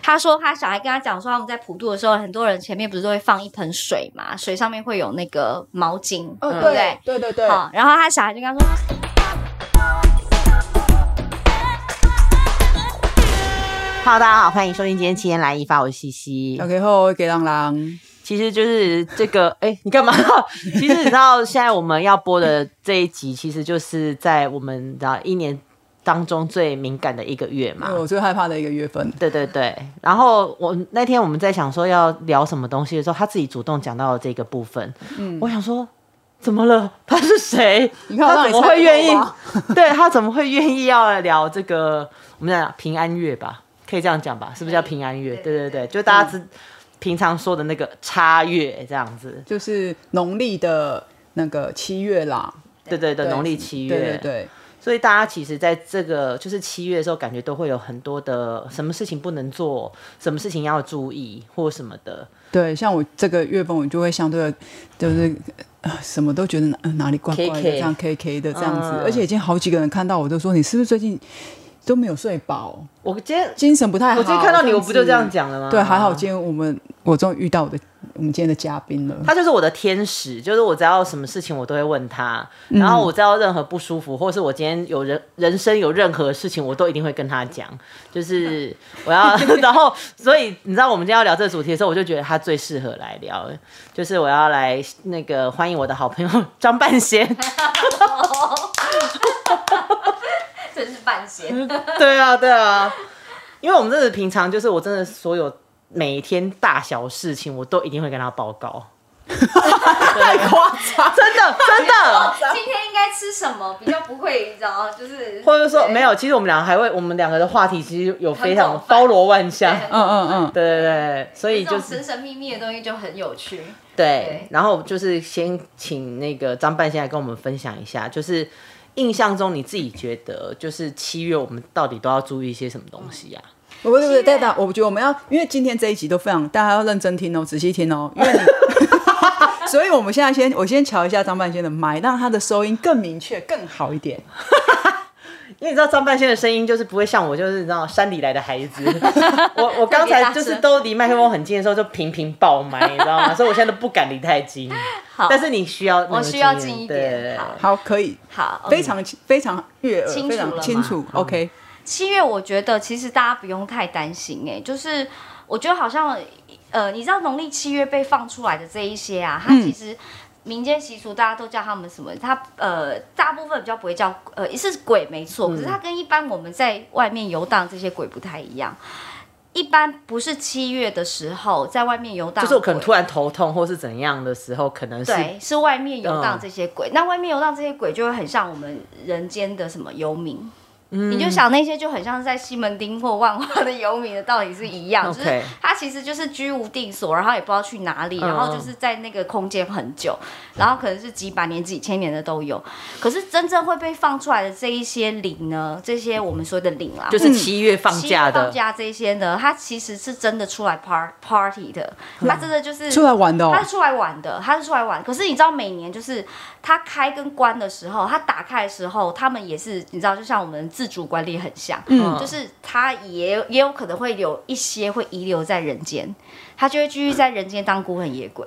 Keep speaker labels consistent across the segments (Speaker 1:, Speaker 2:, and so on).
Speaker 1: 他说他小孩跟他讲说，他们在普渡的时候，很多人前面不是都会放一盆水嘛，水上面会有那个毛巾，
Speaker 2: 哦，
Speaker 1: 对不
Speaker 2: 对
Speaker 1: 对？
Speaker 2: 对对对，
Speaker 1: 好，然后他小孩就跟他说。
Speaker 3: Hello，大家好，欢迎收听今天七天来一发，我是西西。
Speaker 2: OK 后给浪浪，
Speaker 3: 其实就是这个， 哎、你 干嘛？其实你知道，现在我们要播的这一集，其实就是在我们的一年当中最敏感的一个月嘛。
Speaker 2: 对我最害怕的一个月 份，
Speaker 3: 对对对，然后我那天我们在想说要聊什么东西的时候，他自己主动讲到了这个部分，嗯，我想说怎么了？他是谁？
Speaker 2: 你看我
Speaker 3: 他
Speaker 2: 让
Speaker 3: 怎
Speaker 2: 你
Speaker 3: 么
Speaker 2: 猜
Speaker 3: 会愿
Speaker 2: 透
Speaker 3: 意
Speaker 2: 吧？
Speaker 3: 对他怎么会愿意要来聊这个？我们讲平安月吧，可以这样讲吧？是不是叫平安月？对对对，就大家知、平常说的那个插月这样子，
Speaker 2: 就是农历的那个七月啦，
Speaker 3: 对对对，
Speaker 2: 对
Speaker 3: 农历七月，
Speaker 2: 对对对，
Speaker 3: 所以大家其实在这个就是七月的时候，感觉都会有很多的什么事情不能做，什么事情要注意或什么的。
Speaker 2: 对，像我这个月份，我就会相对的，就是、呃、什么都觉得哪呃哪里怪怪的，
Speaker 3: KK
Speaker 2: 这样 K K 的这样子，
Speaker 3: 嗯
Speaker 2: 而且已经好几个人看到我都说，你是不是最近都没有睡饱，
Speaker 3: 我今天
Speaker 2: 精神不太好？
Speaker 3: 我今天看到你，
Speaker 2: 样
Speaker 3: 我
Speaker 2: 子
Speaker 3: 不就这样？讲了吗？
Speaker 2: 对，还好今天我们我终于遇到我的我们今天的嘉宾了。
Speaker 3: 他就是我的天使，就是我只要什么事情我都会问他，然后我知道任何不舒服，或是我今天有人人生有任何事情，我都一定会跟他讲。就是我 要，然后所以你知道我们今天要聊这个主题的时候，我就觉得他最适合来聊，就是我要来那个欢迎我的好朋友 张半仙。
Speaker 1: 哦 真是半仙。
Speaker 3: 对啊，对啊，因为我们真的平常就是我真的所有每天大小事情，我都一定会跟他报告。
Speaker 2: 太夸张，
Speaker 3: 真的， 真的。
Speaker 1: 哦今天应该吃什么比较不会，你知道吗？就是
Speaker 3: 或者说没有，其实我们两个还会，我们两个的话题其实有非
Speaker 1: 很
Speaker 3: 常
Speaker 1: 广泛
Speaker 3: 包罗万象，
Speaker 1: 对
Speaker 2: 嗯嗯嗯，
Speaker 3: 对对对，所以
Speaker 1: 这
Speaker 3: 就
Speaker 1: 种
Speaker 3: 是
Speaker 1: 神神秘秘的东西就很有趣。
Speaker 3: 对
Speaker 1: 对，
Speaker 3: 然后就是先请那个张半先来跟我们分享一下，就是印象中你自己觉得，就是七月我们到底都要注意一些什么东西呀、
Speaker 1: 嗯
Speaker 3: 啊？
Speaker 2: 不不不，大大，我觉得我们要，因为今天这一集都非常，大家要认真听哦，仔细听哦，因 为你， 所以我们现在先，我先瞧一下张半仙的麦，让他的收音更明确、更好一点。
Speaker 3: 因为你知道张半仙的声音就是不会像我，就是你知道山里来的孩 子，我我刚才就是都离麦克风很近的时候就频频爆麦，你知道吗？所以我现在都不敢离太近，
Speaker 1: 好，
Speaker 3: 但是你需要那个
Speaker 1: 我哦需要近
Speaker 3: 经验
Speaker 1: 一点
Speaker 3: 对
Speaker 1: 好
Speaker 2: 好，可以，
Speaker 1: 好，
Speaker 2: 非常非常悦耳，
Speaker 1: 嗯清楚
Speaker 2: 非
Speaker 1: 了
Speaker 2: 常
Speaker 1: 嘛嗯
Speaker 2: 清楚。OK，
Speaker 1: 七月我觉得其实大家不用太担心哎、就是我觉得好像呃，你知道农历七月被放出来的这一些啊，
Speaker 3: 嗯
Speaker 1: 它其实。民间习俗大家都叫他们什么？它呃，大部分比较不会叫呃，是鬼没错，
Speaker 3: 嗯
Speaker 1: 可是它跟一般我们在外面游荡这些鬼不太一样。一般不是七月的时候在外面游荡鬼，
Speaker 3: 就是我可能突然头痛或是怎样的时候，可能是
Speaker 1: 对，是外面游荡
Speaker 3: 嗯
Speaker 1: 这些鬼。那外面游荡这些鬼就会很像我们人间的什么游民。
Speaker 3: 嗯
Speaker 1: 你就想那些就很像是在西门町或万华的游民的道理是一样
Speaker 3: OK
Speaker 1: 就是他其实就是居无定所，然后也不知道去哪里，
Speaker 3: 嗯
Speaker 1: 然后就是在那个空间很久，然后可能是几百年、几千年的都有。可是真正会被放出来的这一些灵呢，这些我们说的灵啊，
Speaker 3: 就是七月放假
Speaker 1: 七月
Speaker 3: 的，
Speaker 1: 放假这些呢，他其实是真的出来 par party 的，他真的就是
Speaker 2: 出来玩的哦
Speaker 1: 嗯他，是出来玩的，他是出来玩。可是你知道，每年就是他开跟关的时候，他打开的时候，他们也是你知道，就像我们自主管理很像，
Speaker 3: 嗯
Speaker 1: 就是他也也有可能会有一些会遗留在人间，他就会继续在人间当孤魂野鬼。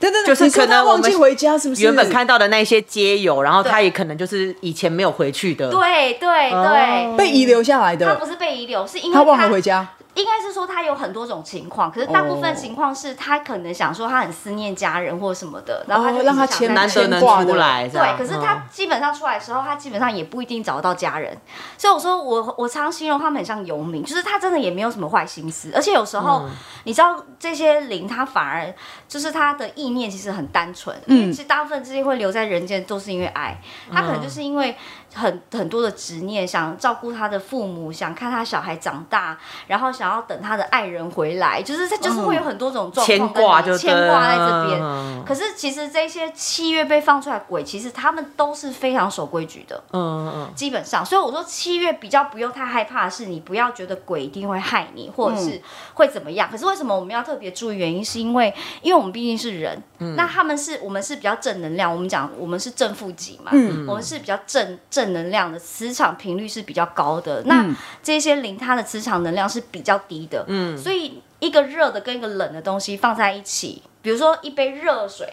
Speaker 2: 对对对，
Speaker 3: 就是
Speaker 2: 你说
Speaker 3: 可能
Speaker 2: 他
Speaker 3: 我
Speaker 2: 忘
Speaker 3: 们
Speaker 2: 记回家，是不是？
Speaker 3: 原本看到的那些街友，然后他
Speaker 1: 对
Speaker 3: 也可能就是以前没有回去的，
Speaker 1: 对对
Speaker 3: 哦
Speaker 1: 对，
Speaker 2: 被遗留下来
Speaker 1: 他
Speaker 2: 的，
Speaker 1: 不是被遗留，是因为
Speaker 2: 他忘了回家。哦
Speaker 1: 应该是说他有很多种情况，可是大部分情况是他可能想说他很思念家人或什么的，然后他就
Speaker 2: 哦
Speaker 1: 一直
Speaker 2: 让他
Speaker 1: 想
Speaker 2: 牵
Speaker 1: 在
Speaker 3: 难得能出来，这
Speaker 1: 对，
Speaker 3: 样嗯
Speaker 1: 可是他基本上出来的时候，他基本上也不一定找得到家人，所以我说我我常形容他们很像游民，就是他真的也没有什么坏心思，而且有时候、
Speaker 3: 嗯
Speaker 1: 你知道这些灵，他反而就是他的意念其实很单纯，
Speaker 3: 嗯
Speaker 1: 因为其实大部分这些会留在人间都是因为爱，他
Speaker 3: 嗯
Speaker 1: 可能就是因为很很多的执念，想照顾他的父母，想看他小孩长大，然后想要等他的爱人回来，就是他就是会有很多种状况
Speaker 3: 嗯牵挂
Speaker 1: 跟
Speaker 3: 就嗯
Speaker 1: 你牵挂在这边。
Speaker 3: 边，
Speaker 1: 可是其实这些七月被放出来的鬼，其实他们都是非常守规矩的，
Speaker 3: 嗯嗯，
Speaker 1: 基本上。所以我说七月比较不用太害怕，是你不要觉得鬼一定会害你，或者是会怎么样。可是会为什么我们要特别注意？原因是因为，因为我们毕竟是人，
Speaker 3: 嗯
Speaker 1: 那他们是我们是比较正能量，我们讲我们是正负极嘛，
Speaker 3: 嗯
Speaker 1: 我们是比较正正能量的，磁场频率是比较高的。
Speaker 3: 嗯
Speaker 1: 那这些灵它的磁场能量是比较低的，嗯，所以一个热的跟一个冷的东西放在一起，比如说一杯热水。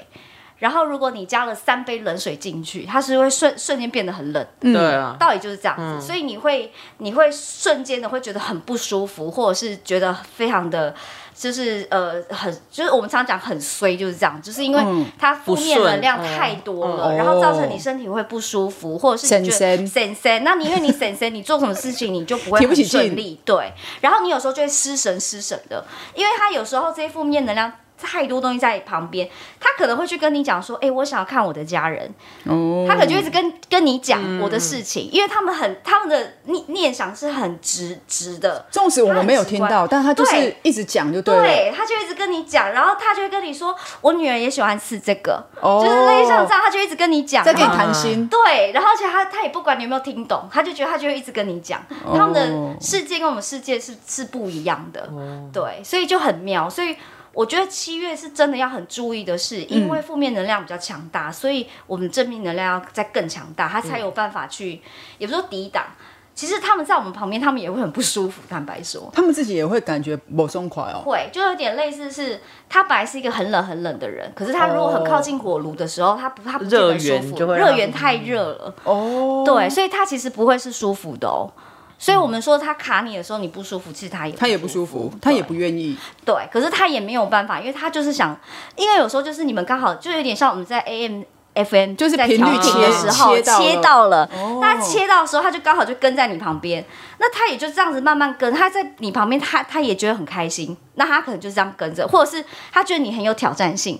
Speaker 1: 然后，如果你加了三杯冷水进去，它是会瞬瞬间变得很冷。
Speaker 3: 对啊，
Speaker 1: 道理就是这样子，所以你会你会瞬间的会觉得很不舒服，或者是觉得非常的。就是呃，很就是我们常讲很衰，就是这样，就是因为
Speaker 2: 嗯
Speaker 1: 它负面
Speaker 3: 不顺
Speaker 1: 能量太多了，
Speaker 2: 嗯
Speaker 1: 然后造成你身体会不舒服，或者是你觉
Speaker 2: 神
Speaker 1: 得
Speaker 2: 神
Speaker 1: 神神，那你因为你神神，你做什么事情你就不会
Speaker 2: 提不
Speaker 1: 很
Speaker 2: 起
Speaker 1: 顺
Speaker 2: 劲
Speaker 1: 利，对。然后你有时候就会失神失神的，因为他有时候这些负面能量太多东西在旁边，他可能会去跟你讲说，哎、我想要看我的家人，
Speaker 2: 哦，
Speaker 1: 他可能就一直跟跟你讲
Speaker 2: 嗯
Speaker 1: 我的事情，因为他们很他们的念念想是很直直的。
Speaker 2: 纵使我们没有听到，但他就是
Speaker 1: 对
Speaker 2: 一直讲就对了。
Speaker 1: 对，他就一直跟你讲，然后他就会跟你说，我女儿也喜欢吃这个，
Speaker 2: 哦
Speaker 1: 就是类似像这样，他就一直跟你讲，
Speaker 2: 在跟你
Speaker 1: 然后
Speaker 2: 谈心，
Speaker 1: 对，然后而且他他也不管你有没有听懂，他就觉得他就会一直跟你讲，
Speaker 2: 哦
Speaker 1: 他们的世界跟我们世界是是不一样的，
Speaker 2: 哦
Speaker 1: 对，所以就很妙。所以我觉得七月是真的要很注意的是，因为负面能量比较强大，所以我们正面能量要再更强大，它才有办法去，也不是说抵挡。其实他们在我们旁边，他们也会很不舒服。坦白说，
Speaker 2: 他们自己也会感觉某松快哦。
Speaker 1: 会，就有点类似是，他本来是一个很冷很冷的人，可是他如果很靠近火炉的时候，他不他不见
Speaker 3: 热
Speaker 1: 得舒
Speaker 3: 源
Speaker 1: 服，
Speaker 3: 就会让
Speaker 1: 热源太热了，
Speaker 2: 哦，
Speaker 1: 对，所以他其实不会是舒服的哦。所以我们说他卡你的时候你不舒服，其实他也
Speaker 2: 他也不舒服，他也不愿意。
Speaker 1: 对，可是他也没有办法，因为他就是想，因为有时候就是你们刚好就有点像我们在 AM。FM
Speaker 2: 就是
Speaker 1: 在
Speaker 2: 频率
Speaker 1: 调
Speaker 3: 切
Speaker 1: 频的时候
Speaker 2: 切到了
Speaker 1: 到了，
Speaker 2: 哦
Speaker 1: 那他切到的时候，他就刚好就跟在你旁边，那他也就这样子慢慢跟，他在你旁边，他他也觉得很开心，那他可能就这样跟着，或者是他觉得你很有挑战性，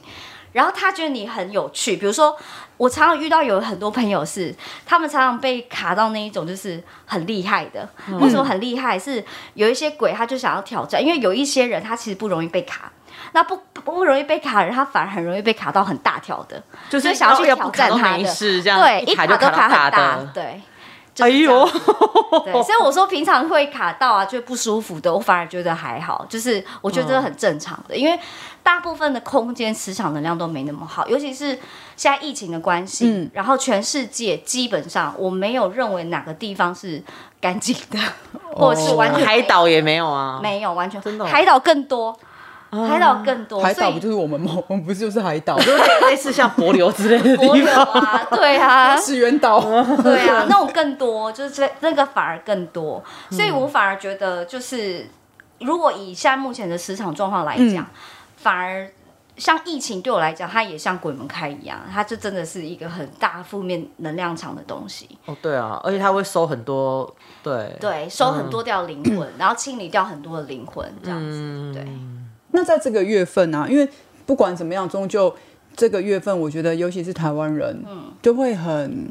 Speaker 1: 然后他觉得你很有趣，比如说我常常遇到有很多朋友是，他们常常被卡到那一种就是很厉害的。为什么很厉害？是有一些鬼他就想要挑战，因为有一些人他其实不容易被卡。那不不不容易被卡的人，他反而很容易被卡到很大条的，
Speaker 3: 就是
Speaker 1: 想要去
Speaker 3: 要
Speaker 1: 挑
Speaker 3: 不卡
Speaker 1: 战
Speaker 3: 都
Speaker 1: 他
Speaker 3: 没
Speaker 1: 的。
Speaker 3: 事，这样
Speaker 1: 对，
Speaker 3: 一
Speaker 1: 卡
Speaker 3: 就
Speaker 1: 都
Speaker 3: 到
Speaker 1: 很
Speaker 3: 大
Speaker 1: 大
Speaker 3: 的，，
Speaker 1: 对。就
Speaker 3: 哎
Speaker 1: 是这样
Speaker 3: 呦，
Speaker 1: 对，所以我说平常会卡到啊，就不舒服的，我反而觉得还好，就是我觉得
Speaker 3: 嗯
Speaker 1: 这很正常的，因为大部分的空间磁场能量都没那么好，尤其是现在疫情的关系，
Speaker 2: 嗯
Speaker 1: 然后全世界基本上我没有认为哪个地方是干净的， 或者是完全
Speaker 3: 哦海岛也没有啊，
Speaker 1: 没有完全
Speaker 3: 真的哦啊
Speaker 1: 海岛更多，海岛更多，
Speaker 2: 海
Speaker 1: 哦所
Speaker 2: 岛不
Speaker 1: 以
Speaker 2: 就是我们吗？ 我们不是就是海岛？
Speaker 3: 就是类似像柏流之类 的
Speaker 1: 国
Speaker 3: 地
Speaker 1: 有
Speaker 3: 方。
Speaker 1: 啊，对啊，
Speaker 2: 石原岛，
Speaker 1: 对啊，那种更多，就是这那个反而更多，
Speaker 2: 嗯
Speaker 1: 所以我反而觉得就是，如果以现在目前的市场状况来
Speaker 2: 嗯
Speaker 1: 讲，反而像疫情对我来讲，它也像鬼门开一样，它就真的是一个很大负面能量场的东西，
Speaker 3: 哦，对啊，而且他会收很多，对，
Speaker 1: 对，
Speaker 2: 嗯
Speaker 1: 收很多掉灵魂，然后清理掉很多的灵魂，这样子，对，
Speaker 2: 那在这个月份啊，因为不管怎么样，终究这个月份，我觉得尤其是台湾人，
Speaker 1: 嗯
Speaker 2: 就会很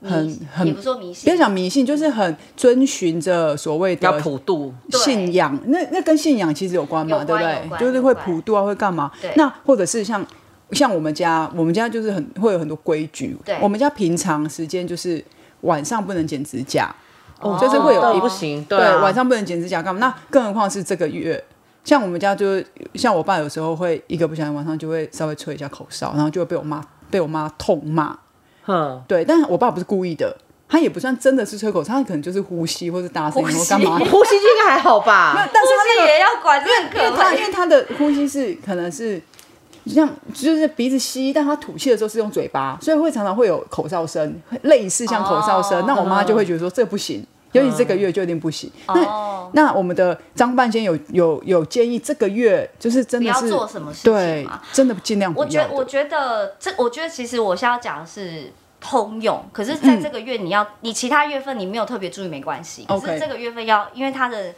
Speaker 2: 很
Speaker 1: 迷
Speaker 2: 很
Speaker 1: 也不说迷
Speaker 2: 不
Speaker 1: 信
Speaker 2: 要，讲迷信，就是很遵循着所谓
Speaker 3: 要
Speaker 2: 的
Speaker 3: 普渡，
Speaker 1: 对
Speaker 2: 信仰。那那跟信仰其实有关嘛，
Speaker 1: 有关
Speaker 2: 对不
Speaker 1: 有
Speaker 2: 对？
Speaker 1: 关
Speaker 2: 就是会普渡啊，会干嘛
Speaker 1: 对？
Speaker 2: 那或者是像像我们家，我们家就是很会有很多规矩。
Speaker 1: 对
Speaker 2: 我们家平常时间就是晚上不能剪指甲，
Speaker 3: 哦
Speaker 2: 就是会有一
Speaker 3: 不行，
Speaker 2: 对，
Speaker 3: 啊
Speaker 2: 晚上不能剪指甲干嘛？那更何况是这个月，像我们家就是像我爸有时候会一个不小心晚上就会稍微吹一下口哨，然后就会被我妈被我妈痛骂。
Speaker 3: 哼，
Speaker 2: 对，但是我爸不是故意的，他也不算真的是吹口哨，他可能就是呼吸或者大
Speaker 1: 呼
Speaker 2: 声或
Speaker 1: 吸
Speaker 2: 干嘛。
Speaker 3: 呼吸应该还好吧？
Speaker 2: 但是
Speaker 1: 呼吸
Speaker 2: 他
Speaker 1: 也要管，这很
Speaker 2: 那
Speaker 1: 可
Speaker 2: 个
Speaker 1: 怕
Speaker 2: 他，因为他的呼吸是可能是像就是鼻子吸，但他吐气的时候是用嘴巴，所以会常常会有口哨声，类似像口哨声。
Speaker 1: 哦嗯
Speaker 2: 那我妈就会觉得说这不行。尤其这个月就有点不行。
Speaker 1: 哦
Speaker 2: 那那我们的张半仙有有有建议，这个月就是真
Speaker 1: 不
Speaker 2: 的
Speaker 1: 要
Speaker 2: 是
Speaker 1: 做什么事情
Speaker 2: 对
Speaker 1: 嘛，，
Speaker 2: 真的尽量不
Speaker 1: 我
Speaker 2: 要
Speaker 1: 觉
Speaker 2: 的
Speaker 1: 我觉得这，我觉得其实我现在要讲的是通用，可是在这个月你要，你其他月份你没有特别注意没关系，可
Speaker 2: OK
Speaker 1: 是这个月份要，因为它的。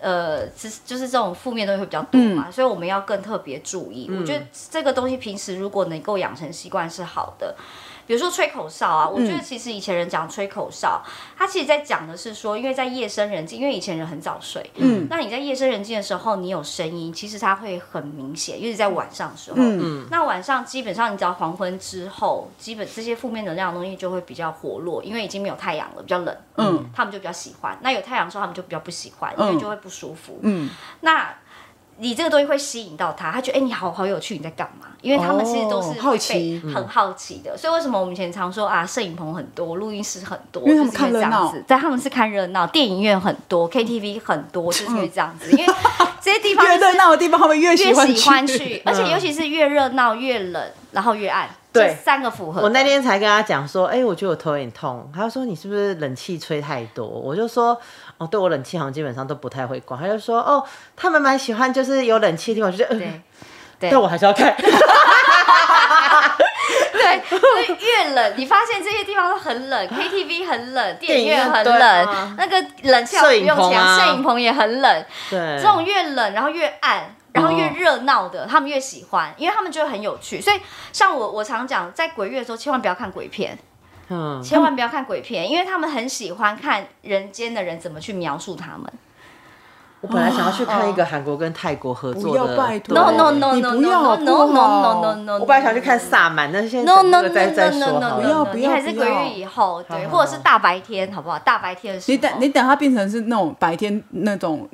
Speaker 1: 呃，只是就是这种负面东西会比较多嘛，
Speaker 2: 嗯
Speaker 1: 所以我们要更特别注意。我觉得这个东西平时如果能够养成习惯是好的，比如说吹口哨啊，我觉得其实以前人讲吹口哨，他其实在讲的是说，因为在夜深人静，因为以前人很早睡，嗯，那你在夜深人静的时候，你有声音，其实它会很明显，尤其在晚上的时候，嗯，那晚上基本上你只要黄昏之后，基本这些负面能量的东西就会比较活络，因为已经没有太阳了，比较冷，嗯，他们就比较喜欢。那有太阳的时候，他们就比较不喜欢，因为
Speaker 2: 嗯
Speaker 1: 就会不舒服，
Speaker 2: 嗯，
Speaker 1: 那你这个东西会吸引到他，他觉得哎、你好好有趣，你在干嘛？因为他们其实都是会
Speaker 2: 哦
Speaker 1: 被
Speaker 2: 好奇
Speaker 1: 很好奇的。所以为什么我们以前常说啊，摄影棚很多，录音室很多，
Speaker 2: 因为他
Speaker 1: 就是因
Speaker 2: 们
Speaker 1: 为
Speaker 2: 看
Speaker 1: 这
Speaker 2: 热
Speaker 1: 样
Speaker 2: 闹
Speaker 1: 子，在他们是看热闹，电影院很多，KTV 很多，就是因为这样子， 因为这些地方
Speaker 2: 嗯越
Speaker 1: 就是
Speaker 2: 热闹的地方，他们越喜
Speaker 1: 越
Speaker 2: 欢嗯
Speaker 1: 喜欢去，而且尤其是越热闹越冷，然后越暗，
Speaker 3: 对
Speaker 1: 这三个符合。
Speaker 3: 我那天才跟他讲说，哎、我觉得我头有点痛。他就说你是不是冷气吹太多？我就说，哦，对我冷气好像基本上都不太会关。他就说，哦，他们蛮喜欢就是有冷气的地方，我就觉得，呃
Speaker 1: 对对
Speaker 3: 但我还是要 看。
Speaker 1: 对，所以越冷，你发现这些地方都很冷，KTV 很冷，电影
Speaker 3: 啊电影
Speaker 1: 院
Speaker 3: 院
Speaker 1: 很
Speaker 3: 对
Speaker 1: 冷，
Speaker 3: 啊
Speaker 1: 那个冷气好
Speaker 3: 摄
Speaker 1: 像
Speaker 3: 影
Speaker 1: 不用
Speaker 3: 棚啊
Speaker 1: 钱，摄影棚也很冷。
Speaker 3: 对，嗯
Speaker 1: 这种越冷，然后越暗，然后越
Speaker 2: 哦
Speaker 1: 热闹的，他们越喜欢，因为他们觉得很有趣。所以像我，我常讲，在鬼月的时候，千万不要看鬼片，
Speaker 3: 嗯，
Speaker 1: 千万不要看鬼片，因为他们很喜欢看人间的人怎么去描述他们。
Speaker 3: 我本来想要去看一个韩国跟泰国合作
Speaker 2: 哦不
Speaker 3: 的，
Speaker 2: 要拜托
Speaker 3: 对
Speaker 1: No no no
Speaker 2: 你
Speaker 1: no
Speaker 2: 不
Speaker 1: no no
Speaker 2: 要好
Speaker 1: no
Speaker 2: 不好
Speaker 1: no no no！
Speaker 3: 啊我本来想去看萨满，但是现在
Speaker 1: No
Speaker 3: 等
Speaker 1: no
Speaker 3: 那
Speaker 1: no
Speaker 3: 个再
Speaker 1: no
Speaker 3: 再
Speaker 1: no
Speaker 3: 说
Speaker 1: no
Speaker 3: 好
Speaker 1: no！
Speaker 2: 不要
Speaker 3: 了。
Speaker 2: 不
Speaker 1: 你
Speaker 2: 要
Speaker 1: 还是
Speaker 2: 不
Speaker 1: 鬼
Speaker 2: 要
Speaker 1: 月以后，
Speaker 3: 好
Speaker 1: 对，
Speaker 3: 好
Speaker 1: 或者是大白天，好不好？大白天的时候，
Speaker 2: 你等你等它变成是那种白天那种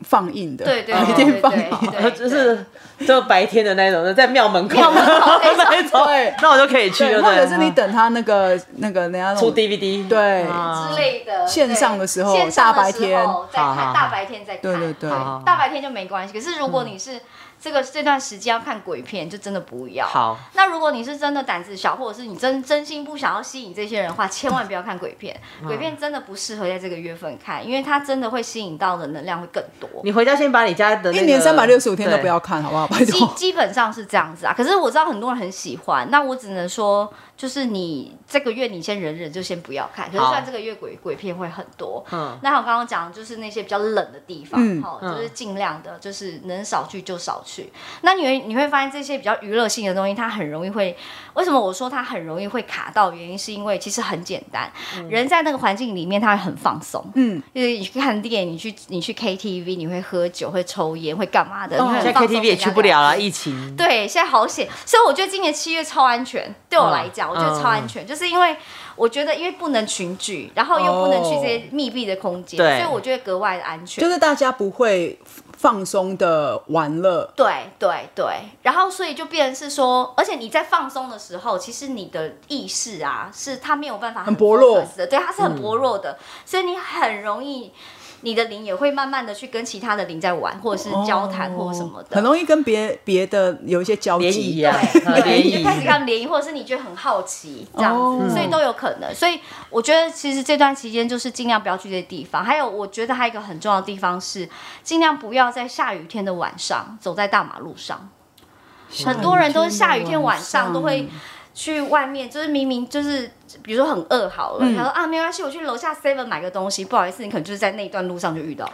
Speaker 2: 放映的，
Speaker 1: 对对
Speaker 2: 白
Speaker 1: 对
Speaker 2: 天
Speaker 1: 对
Speaker 2: 放
Speaker 1: 对
Speaker 2: 映。
Speaker 1: 对，
Speaker 3: 就是就白天的那种，在庙门口
Speaker 1: 庙门口
Speaker 3: 那种
Speaker 2: 对，
Speaker 3: 那我就可以去，
Speaker 2: 对，
Speaker 3: 对嗯
Speaker 2: 或
Speaker 3: 不对啊
Speaker 2: 者是你等他那个那个人家那
Speaker 3: 出
Speaker 2: 种
Speaker 3: DVD，
Speaker 2: 对
Speaker 3: 啊
Speaker 1: 之类的。
Speaker 2: 线上的时候
Speaker 1: 对线上的
Speaker 2: 大白天
Speaker 1: 时候再
Speaker 3: 好好好
Speaker 1: 看，大白天再看。
Speaker 2: 对对嗯对
Speaker 3: 好好好
Speaker 1: 大白天就没关系。可是如果你是这个这段时间要看鬼片，就真的不要。
Speaker 3: 好，
Speaker 1: 那如果你是真的胆子小，或者是你真真心不想要吸引这些人的话，千万不要看鬼片。
Speaker 3: 嗯
Speaker 1: 鬼片真的不适合在这个月份看，因为它真的会吸引到的能量会更多。
Speaker 3: 你回家先把你家的那个
Speaker 2: 一年三百六十五天都
Speaker 3: 对
Speaker 2: 不要看，好不好？拜
Speaker 1: 基
Speaker 2: 托。
Speaker 1: 基本上是这样子啊，可是我知道很多人很喜欢，那我只能说，就是你这个月你先忍忍，就先不要看。可是
Speaker 3: 好
Speaker 1: 虽然这个月鬼鬼片会很多，
Speaker 3: 嗯
Speaker 1: 那还有刚刚讲就是那些比较冷的地方，
Speaker 2: 嗯
Speaker 1: 哦，
Speaker 3: 嗯
Speaker 1: 就是尽量的，就是能少去就少去。那你会你会发现这些比较娱乐性的东西，它很容易会，为什么我说它很容易会卡到？原因是因为其实很简单，
Speaker 3: 嗯
Speaker 1: 人在那个环境里面，他会很放松。
Speaker 2: 嗯，
Speaker 1: 就是你去看电影，你去你去 KTV，你会喝酒，会抽烟，会干嘛的？
Speaker 2: 哦
Speaker 1: 你会很
Speaker 3: 现在
Speaker 1: 放松
Speaker 3: KTV 也
Speaker 1: 跟
Speaker 3: 去
Speaker 1: 人家
Speaker 3: 不了
Speaker 1: 聊
Speaker 3: 了，
Speaker 1: 天
Speaker 3: 疫情。
Speaker 1: 对，现在好险，所以我觉得今年七月超安全，对我来讲，
Speaker 3: 嗯
Speaker 1: 我觉得超安全，就是因为我觉得因为不能群聚，然后又不能去这些密闭的空间，
Speaker 3: 哦对
Speaker 1: 所以我觉得格外的安全。
Speaker 2: 就是大家不会放松的玩乐，
Speaker 1: 对对对，然后所以就变成是说，而且你在放松的时候，其实你的意识啊，是它没有办法
Speaker 2: 很薄弱嗯
Speaker 1: focus 的，对，它是很薄弱的，所以你很容易，你的灵也会慢慢的去跟其他的灵在玩，或者是交谈或者什么的，
Speaker 2: 哦很容易跟别别的有一些交
Speaker 3: 联谊
Speaker 2: 集。
Speaker 3: 啊，
Speaker 1: 对，
Speaker 3: 联
Speaker 1: 对，
Speaker 3: 谊
Speaker 1: 就开始跟他们联谊，或者是你觉得很好奇这样
Speaker 2: 哦
Speaker 1: 子，所以都有可能。所以我觉得其实这段期间就是尽量不要去这些地方。还有，我觉得还有一个很重要的地方是，尽量不要在下雨天的晚上走在大马路上。很多人都是下雨天晚
Speaker 2: 嗯
Speaker 1: 上都会去外面，就是明明就是比如说很饿好了，他说啊没关系，我去楼下 Seven 买个东西，不好意思，你可能就是在那一段路上就遇到。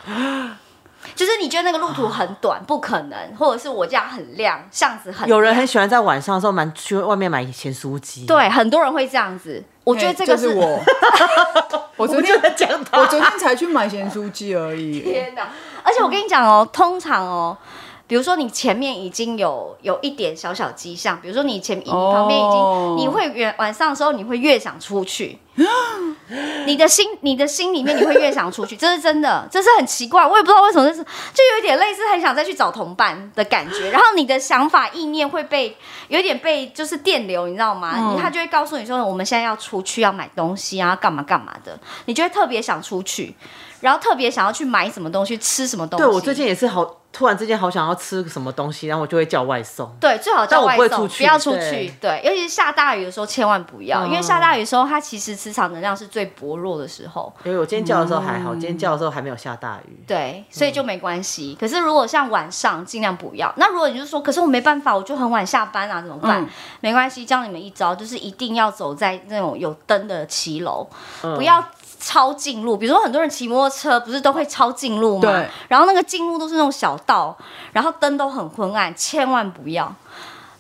Speaker 1: 就是你觉得那个路途很短，不可能，或者是我家很亮，巷子很
Speaker 3: 有人
Speaker 1: 亮
Speaker 3: 很喜欢在晚上的时候蛮去外面买咸酥鸡。，
Speaker 1: 对，很多人会这样子。我觉得这个
Speaker 2: 哎是 我，我昨
Speaker 3: 我
Speaker 2: 天
Speaker 3: 就在讲他。
Speaker 2: 我昨天才去买咸酥鸡而已。
Speaker 1: 天哪！而且我跟你讲哦，通常哦，比如说你前面已经有有一点小小迹象，比如说你前你
Speaker 2: 哦
Speaker 1: 旁边已经，你会越晚上的时候你会越想出 去，你的心你的心里面你会越想出去， 这是真的，这是很奇怪，我也不知道为什么，就是就有点类似很想再去找同伴的感觉，然后你的想法意念会被有点被就是电流，你知道吗？
Speaker 2: 嗯
Speaker 1: 你他就会告诉你说我们现在要出去要买东西啊，干嘛干嘛的，你就会特别想出去。然后特别想要去买什么东西，吃什么东西。
Speaker 3: 对我最近也是好，突然之间好想要吃什么东西，然后我就会叫外送。
Speaker 1: 对最好
Speaker 3: 但
Speaker 1: 叫
Speaker 3: 我
Speaker 1: 外
Speaker 3: 不会出
Speaker 1: 送，
Speaker 3: 去
Speaker 1: 不要出
Speaker 3: 对嗯
Speaker 1: 去。对，尤其是下大雨的时候，千万不要，因为下大雨的时候，它其实磁场能量是最薄弱的时候。
Speaker 3: 因为我今天叫的时候还
Speaker 1: 嗯
Speaker 3: 好，今天叫的时候还没有下大雨。
Speaker 1: 对，所以
Speaker 3: 嗯
Speaker 1: 就没关系。可是如果像晚上，尽量不要。那如果你就说，可是我没办法，我就很晚下班啊，怎么办？
Speaker 2: 嗯
Speaker 1: 没关系，教你们一招，就是一定要走在那种有灯的骑楼，
Speaker 3: 嗯
Speaker 1: 不要。超近路，比如说很多人骑摩托车，不是都会超近路吗
Speaker 2: 对？
Speaker 1: 然后那个近路都是那种小道，然后灯都很昏暗，千万不要。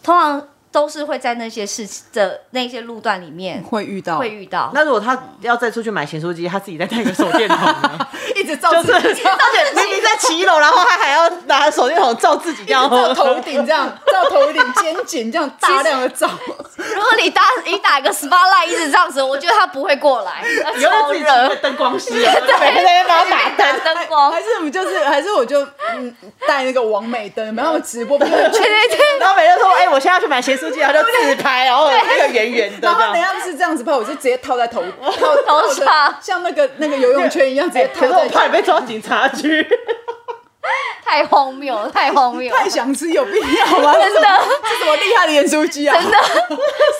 Speaker 1: 通常都是会在那些事情的那些路段里面
Speaker 2: 会遇到
Speaker 1: 会遇到。
Speaker 3: 嗯那如果他要再出去买咸酥鸡，他自己再带个手电筒呢？
Speaker 2: 一直照
Speaker 3: 就是，
Speaker 2: 自
Speaker 3: 而且明明在骑楼，然后他还要拿手手电筒照自己这样
Speaker 2: 照
Speaker 3: 喝，
Speaker 2: 头顶这样，照头顶肩颈这样大量的照，
Speaker 1: 如果你打你打个 spotlight 一直这样子，我觉得他不会过 来，
Speaker 3: 以后
Speaker 1: 超
Speaker 3: 自己是一
Speaker 1: 热
Speaker 3: 个，灯光师，啊 每天在那边帮他打
Speaker 1: 打
Speaker 3: 灯。
Speaker 1: 灯光
Speaker 2: 哎还，是我们就是 还是我就嗯带那个王美灯，然后我直播不 是
Speaker 1: 对对对。
Speaker 3: 然后每天说：“哎、我现在要去买咸酥鸡，然后就自拍，然后那个圆圆的
Speaker 2: 然
Speaker 3: 这
Speaker 2: 后等一
Speaker 3: 样。
Speaker 2: 下是这样子拍，我就直接套在头套
Speaker 1: 头上哎
Speaker 2: 套着像那个那个游泳圈一样直接”套
Speaker 3: 可是我
Speaker 2: 在。
Speaker 3: 怕你被抓警察局。
Speaker 1: 太荒谬了，太荒谬了，
Speaker 2: 太想吃有必要吗？真
Speaker 1: 真的
Speaker 2: 这什么厉害的盐酥鸡啊？真的，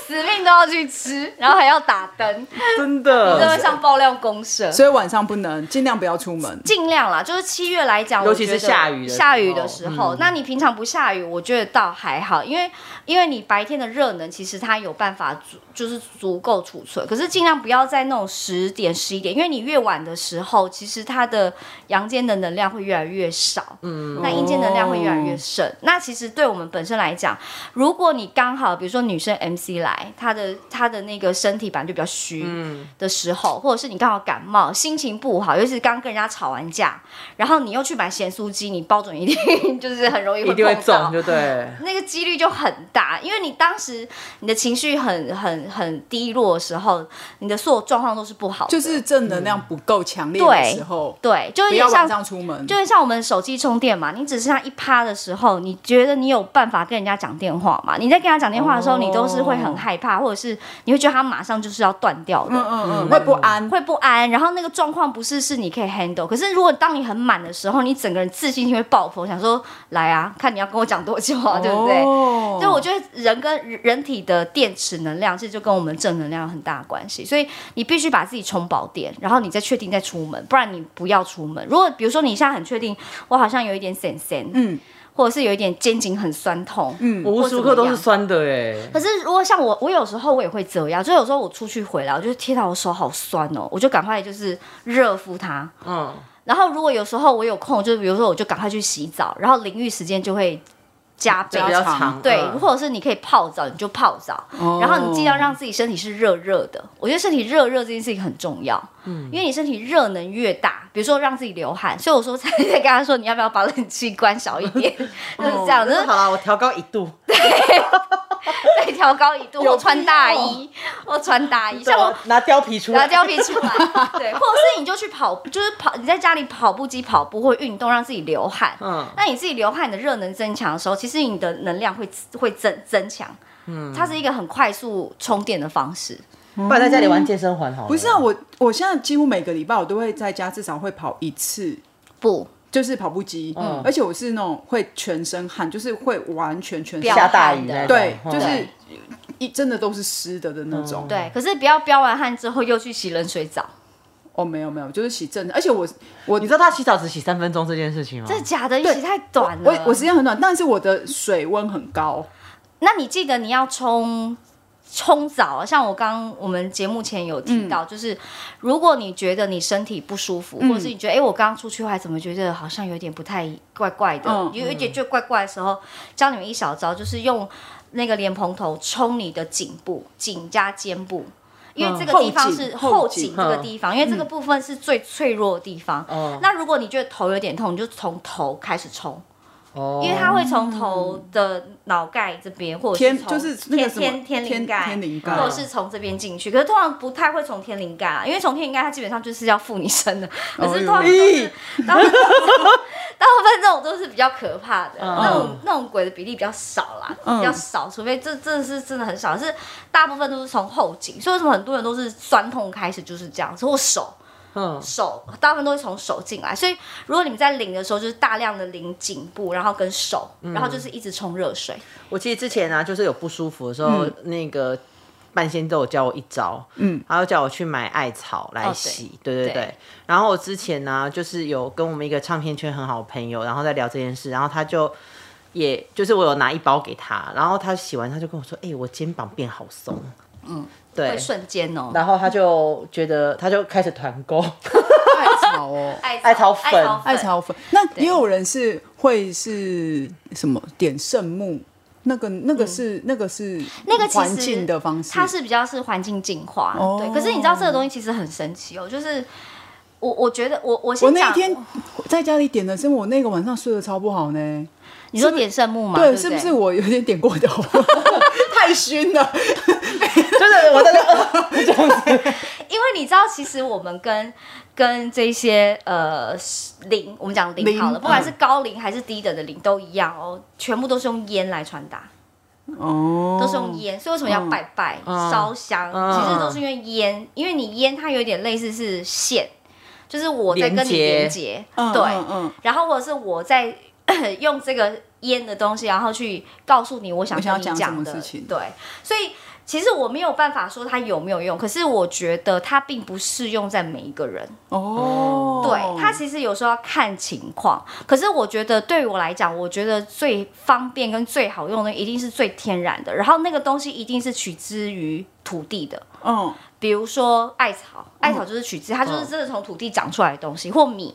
Speaker 1: 死命都要去吃，然后还要打灯，
Speaker 3: 真
Speaker 1: 真的
Speaker 3: 的
Speaker 1: 会上爆料公社。
Speaker 2: 所以晚上不能，尽量不要出门。
Speaker 1: 尽量啦，就是七月来讲，
Speaker 3: 尤其是
Speaker 1: 我觉得
Speaker 3: 下雨的时候嗯
Speaker 1: 下雨的时候，那你平常不下雨，我觉得倒还好，因为因为你白天的热能其实它有办法足，就是足够储存，可是尽量不要在那种十点十一点，因为你越晚的时候，其实它的阳间的能量会越来越少，嗯，那阴间能量会越来越盛。
Speaker 3: 哦
Speaker 1: 那其实对我们本身来讲，如果你刚好比如说女生 MC 来，她的她的那个身体本来就比较虚，
Speaker 3: 嗯
Speaker 1: 的时候，或者是你刚好感冒，心情不好，尤其是刚跟人家吵完架，然后你又去买咸酥鸡，你包准一定 就是很容易
Speaker 3: 一
Speaker 1: 会
Speaker 3: 定
Speaker 1: 碰
Speaker 3: 会
Speaker 1: 到
Speaker 3: 中，，就对。
Speaker 1: 那个几率就很大，因为你当时你的情绪很很很低落的时候，你的所有状况都是不好的，
Speaker 2: 就是正能量不够强烈的
Speaker 1: 对
Speaker 2: 时候，
Speaker 1: 对，就有
Speaker 2: 不
Speaker 1: 点
Speaker 2: 要
Speaker 1: 像
Speaker 2: 晚上出门。
Speaker 1: 就会像我们手机充电嘛，你只剩下一趴的时候，你觉得你有办法跟人家讲电话嘛？你在跟他讲电话的时候，
Speaker 3: 哦
Speaker 1: 你都是会很害怕，或者是你会觉得他马上就是要断掉的。
Speaker 2: 嗯嗯嗯，会不安。
Speaker 1: 会不安，然后那个状况不是是你可以 handle，可是如果当你很满的时候，你整个人自信心会爆棚，想说来啊，看你要跟我讲多久啊，对不对？
Speaker 2: 哦
Speaker 1: 所以我觉得人跟人人体的电池能量，这就跟我们正能量有很大的关系，所以你必须把自己充饱电，然后你再确定再出门，不然你不要出门。如果比如说你现在很确定，我好像有一点闪闪，
Speaker 2: 嗯
Speaker 1: 或者是有一点肩颈很酸痛，嗯，
Speaker 3: 我无时无刻都是酸的哎、
Speaker 1: 可是如果像我，我有时候我也会这样，就有时候我出去回来，我就贴到我手好酸哦，我就赶快就是热敷它。
Speaker 3: 嗯，
Speaker 1: 然后如果有时候我有空，就比如说我就赶快去洗澡，然后淋浴时间就会加倍
Speaker 3: 就。比较
Speaker 2: 长
Speaker 3: 长。
Speaker 1: 对，
Speaker 3: 嗯
Speaker 1: 或者是你可以泡澡，你就泡澡，
Speaker 2: 哦
Speaker 1: 然后你尽量让自己身体是热热的。我觉得身体热热这件事情很重要，嗯，因为你身体热能越大，比如说让自己流汗，所以我说才在跟他说你要不要把冷气关小一点，就是这样，就是
Speaker 3: 好了，我调高一度。
Speaker 1: 再调高一度，
Speaker 2: 有
Speaker 1: 或穿大
Speaker 2: 必要啊
Speaker 1: 衣，或穿大衣，像我
Speaker 3: 啊拿貂皮出
Speaker 1: 拿
Speaker 3: 来，
Speaker 1: 胶皮出 来，对，或者是你就去跑，就是跑，你在家里跑步机跑步或运动，让自己流汗。
Speaker 3: 嗯
Speaker 1: 那你自己流汗，你的热能增强的时候，其实你的能量会会增增强。嗯，它是一个很快速充电的方式。
Speaker 3: 不啊然在家里玩健身环好了。
Speaker 2: 不是啊，我我现在几乎每个礼拜我都会在家至少会跑一次，
Speaker 1: 不，
Speaker 2: 就是跑步机，
Speaker 3: 嗯
Speaker 2: 而且我是那种会全身汗，就是会完全全身
Speaker 1: 飙
Speaker 3: 下大雨那种
Speaker 2: 对，
Speaker 3: 嗯
Speaker 2: 就是一真的都是湿的的那种。
Speaker 1: 嗯对，可是不要飙完汗之后又去洗冷水澡，
Speaker 2: 哦，没有没有，就是洗正，而且我我
Speaker 3: 你知道他洗澡只洗三分钟这件事情吗？
Speaker 1: 这假的，洗太短了。
Speaker 2: 我我时间很短，但是我的水温很高，
Speaker 1: 那你记得你要冲冲澡，啊像我刚我们节目前有
Speaker 2: 嗯
Speaker 1: 提到，就是如果你觉得你身体不舒服，
Speaker 2: 嗯
Speaker 1: 或者是你觉得哎、诶我刚刚出去还怎么觉得好像有点不太怪怪的，
Speaker 2: 嗯
Speaker 1: 有一点就怪怪的时候，教你们一小招，就是用那个莲蓬头冲你的颈部、颈加肩部。因为这个地方是
Speaker 2: 嗯哦后
Speaker 1: 后
Speaker 2: 颈
Speaker 1: 颈
Speaker 3: 后颈
Speaker 1: 这个地方，因为这个部分是最脆弱的地方。
Speaker 3: 嗯
Speaker 1: 那如果你觉得头有点痛，你就从头开始冲。
Speaker 3: 哦
Speaker 1: 因为它会从头的脑盖这边，或者
Speaker 2: 天
Speaker 1: 从
Speaker 2: 就是那
Speaker 1: 天
Speaker 2: 个什
Speaker 1: 天
Speaker 2: 么
Speaker 1: 天灵盖，
Speaker 2: 天灵盖
Speaker 1: 或者是从这边进去。可是通常不太会从天灵盖啊，因为从天灵盖它基本上就是要附你身
Speaker 2: 哦
Speaker 1: 的。可是通常都是大部分大部分这种都是比较可怕的，那种那种鬼的比例比较少啦，
Speaker 2: 嗯
Speaker 1: 比较少，除非这真的是真的很少，是大部分都是从后颈。所以为什么很多人都是酸痛开始就是这样，子，或手。
Speaker 3: 嗯，
Speaker 1: 手，大部分都会从手进来，所以如果你们在淋的时候，就是大量的淋颈部，然后跟手，
Speaker 3: 嗯
Speaker 1: 然后就是一直冲热水。
Speaker 3: 我其实之前啊，就是有不舒服的时候，
Speaker 1: 嗯
Speaker 3: 那个半仙都有教我一招，嗯，他就叫我去买艾草来洗，
Speaker 1: 哦
Speaker 3: 对
Speaker 1: 对
Speaker 3: 对对
Speaker 1: 对
Speaker 3: 然后我之前呢、就是有跟我们一个唱片圈很好的朋友，然后在聊这件事，然后他就。也就是我有拿一包给他，然后他洗完他就跟我说：“哎、我肩膀变好松。”嗯，对
Speaker 1: 会。瞬间哦，
Speaker 3: 然后他就觉得，他就开始团 购，
Speaker 2: 太吵 哦。
Speaker 1: 艾
Speaker 3: 艾草粉
Speaker 2: 艾草粉，那也有人是会是什么点圣木，那个那个是、那个是
Speaker 1: 嗯那个其实
Speaker 2: 环境的方式，
Speaker 1: 它是比较是环境净化，
Speaker 2: 哦
Speaker 1: 对。可是你知道这个东西其实很神奇哦，就是。我我觉得我我
Speaker 2: 我
Speaker 1: 先
Speaker 2: 那一
Speaker 1: 讲，
Speaker 2: 天在家里点的是我那个晚上睡得超不好呢。
Speaker 1: 你说点圣木嘛，对
Speaker 2: 对，
Speaker 1: 对，
Speaker 2: 是不是我有点点过头？ 太熏了。
Speaker 3: 就是我在哦那
Speaker 1: 因为你知道，其实我们跟跟这些呃零，我们讲零
Speaker 2: 零
Speaker 1: 好了，不管
Speaker 2: 嗯
Speaker 1: 是高龄还是低等的零都一样哦，全部都是用烟来传达，
Speaker 2: 哦，
Speaker 1: 都是用烟，所以为什么要拜拜、
Speaker 3: 嗯
Speaker 1: 烧香？
Speaker 3: 嗯
Speaker 1: 其实都是因为烟，因为你烟它有点类似是线，就是我在跟
Speaker 3: 连
Speaker 1: 你
Speaker 3: 接
Speaker 1: 连接，
Speaker 2: 嗯
Speaker 1: 对，
Speaker 2: 嗯嗯
Speaker 1: 然后或者是我在 用这个烟的东西，然后去告诉你我想
Speaker 2: 我想
Speaker 1: 跟
Speaker 2: 要
Speaker 1: 你
Speaker 2: 讲什
Speaker 1: 讲
Speaker 2: 么
Speaker 1: 的
Speaker 2: 事情
Speaker 1: 对，所以其实我没有办法说它有没有用，可是我觉得它并不适用在每一个人。
Speaker 2: 哦，
Speaker 1: 对，它其实有时候要看情况。可是我觉得对我来讲，我觉得最方便跟最好用的一定是最天然的，然后那个东西一定是取之于土地的。
Speaker 2: 嗯，
Speaker 1: 比如说艾草，
Speaker 3: 嗯
Speaker 1: 艾草就是取自，它就是真的从土地长出来的东西，或米。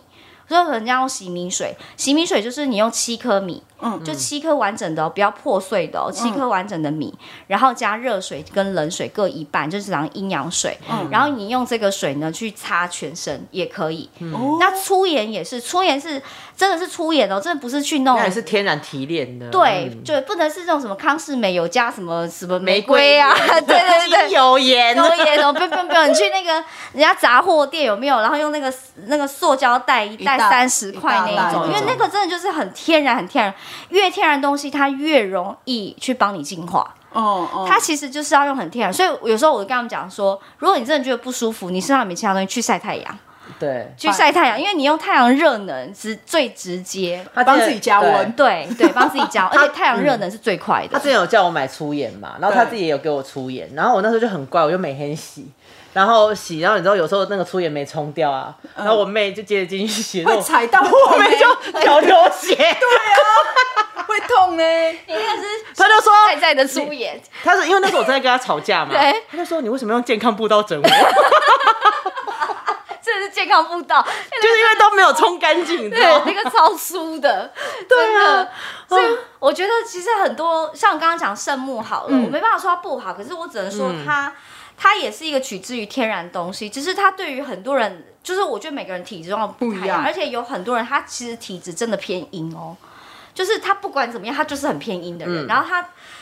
Speaker 1: 所以人家用洗米水，洗米水就是你用七颗米，
Speaker 2: 嗯
Speaker 1: 就七颗完整的哦，不要破碎的哦，
Speaker 3: 嗯
Speaker 1: 七颗完整的米，然后加热水跟冷水各一半，就是讲阴阳水。
Speaker 3: 嗯
Speaker 1: 然后你用这个水呢去擦全身也可以。
Speaker 3: 嗯
Speaker 2: 哦
Speaker 1: 那粗盐也是，粗盐是真的是粗盐哦，真的不是去弄
Speaker 3: 那也是天然提炼的，
Speaker 1: 对，
Speaker 3: 嗯
Speaker 1: 就不能是那种什么康氏美有加什么什么
Speaker 3: 玫
Speaker 1: 玫瑰 啊，
Speaker 3: 瑰
Speaker 1: 对对对，
Speaker 3: 精油盐
Speaker 1: 抽烟哦，不不不，你去那个人家杂货店有没有？然后用那个那个塑胶袋一袋
Speaker 2: 一大
Speaker 1: 三十块那
Speaker 2: 一大
Speaker 1: 一
Speaker 2: 袋
Speaker 1: 种，因
Speaker 3: 那
Speaker 1: 为
Speaker 3: 种
Speaker 1: 那个真的就是很天然，很天然，越天然的东西它越容易去帮你净化。
Speaker 2: 哦哦，
Speaker 1: 它其实就是要用很天然，所以有时候我就跟他们讲说，如果你真的觉得不舒服，你身上也没其他东西，去晒太阳，
Speaker 3: 对，
Speaker 1: 去晒太阳，因为你用太阳热能是最直接，
Speaker 3: 他
Speaker 2: 帮
Speaker 3: 之前
Speaker 2: 自己加温
Speaker 3: 对
Speaker 1: 对对，帮自己加，而且太阳热能是最快
Speaker 3: 他
Speaker 1: 的
Speaker 3: 之。前有叫我买粗盐嘛，然后他
Speaker 2: 对
Speaker 3: 自己也有给我粗盐，然后我那时候就很怪，我就每天洗，然后洗，然后你知道有时候那个粗盐没冲掉啊，然后我妹就接着进去洗，然后
Speaker 2: 会
Speaker 3: 我
Speaker 2: 踩到我
Speaker 3: 我妹就脚流血，
Speaker 2: 会痛呢。
Speaker 1: 你那 个是
Speaker 3: 他就说
Speaker 1: 外在的素颜，
Speaker 3: 他是因为那时候我正在跟他吵架嘛
Speaker 1: 对，
Speaker 3: 他就说你为什么用健康步道整我？就
Speaker 1: 这是健康步道，
Speaker 3: 是因为都没有冲干净，你知道吗
Speaker 1: 对，那个超酥的，对啊。所以我觉得其实很多像我刚刚讲圣木好了，我没办法说它不好，可是我只能说它，它也是一个取之于天然的东西，只是它对于很多人。就是我觉得每个人体质状况不太
Speaker 2: 不
Speaker 1: 一
Speaker 2: 一
Speaker 1: 样，
Speaker 2: 样
Speaker 1: 而且有很多人他其实体质真的偏阴哦，就是他不管怎么样，他就是很偏阴的人。然后他，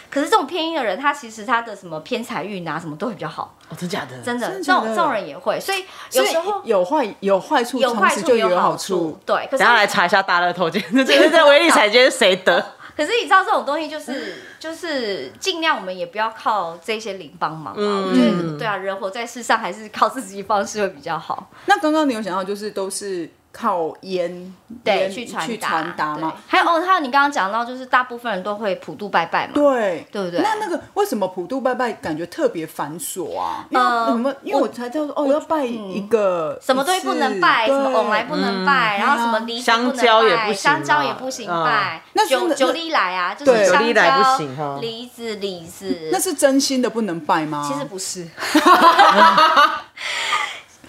Speaker 1: 可是这种偏阴的人，他其实他的什么偏财运啊，什么都会比较好，
Speaker 3: 哦真假的？
Speaker 1: 真的，
Speaker 2: 真的
Speaker 1: 这种
Speaker 2: 假
Speaker 1: 这
Speaker 2: 的
Speaker 1: 种人也会，所以有
Speaker 2: 所以
Speaker 1: 时候
Speaker 2: 有坏有坏处，
Speaker 1: 有坏
Speaker 2: 同时
Speaker 1: 处
Speaker 2: 就
Speaker 1: 也有
Speaker 2: 好
Speaker 1: 好处，。对。可是
Speaker 3: 等下来查一下大乐 透，今天这这这威力彩今天谁得？
Speaker 1: 可是你知道这种东西 就是就是尽量我们也不要靠这些零帮忙啊，
Speaker 2: 嗯
Speaker 1: 我觉得对啊，人活在世上还是靠自己方式会比较好。
Speaker 2: 那刚刚你有想到，就是都是靠烟
Speaker 1: 对，
Speaker 2: 烟
Speaker 1: 去
Speaker 2: 去
Speaker 1: 传
Speaker 2: 传达
Speaker 1: 对
Speaker 2: 嘛？
Speaker 1: 还有哦，还有你刚刚讲到，就是大部分人都会普渡拜拜嘛，
Speaker 2: 对
Speaker 1: 对不对
Speaker 2: 那那个为什么普渡拜拜感觉特别繁琐啊？因
Speaker 1: 呃
Speaker 2: 为我们因为我才知道说哦，要拜一个
Speaker 1: 嗯什么东西不能拜，
Speaker 2: 一次
Speaker 1: 什么哦往来不能拜，
Speaker 2: 嗯
Speaker 1: 然后什么梨子不能
Speaker 3: 香蕉也
Speaker 1: 拜，
Speaker 3: 不行
Speaker 1: 香蕉
Speaker 3: 嘛
Speaker 1: 也不行
Speaker 3: 嗯
Speaker 1: 拜，
Speaker 2: 那是
Speaker 1: 九
Speaker 2: 那
Speaker 1: 九里来啊，就
Speaker 2: 对
Speaker 1: 是
Speaker 2: 九
Speaker 1: 香
Speaker 3: 里来不行
Speaker 1: 蕉
Speaker 3: 哈、
Speaker 1: 梨子、李子，
Speaker 2: 嗯那是真心的不能拜吗？
Speaker 1: 其实不是。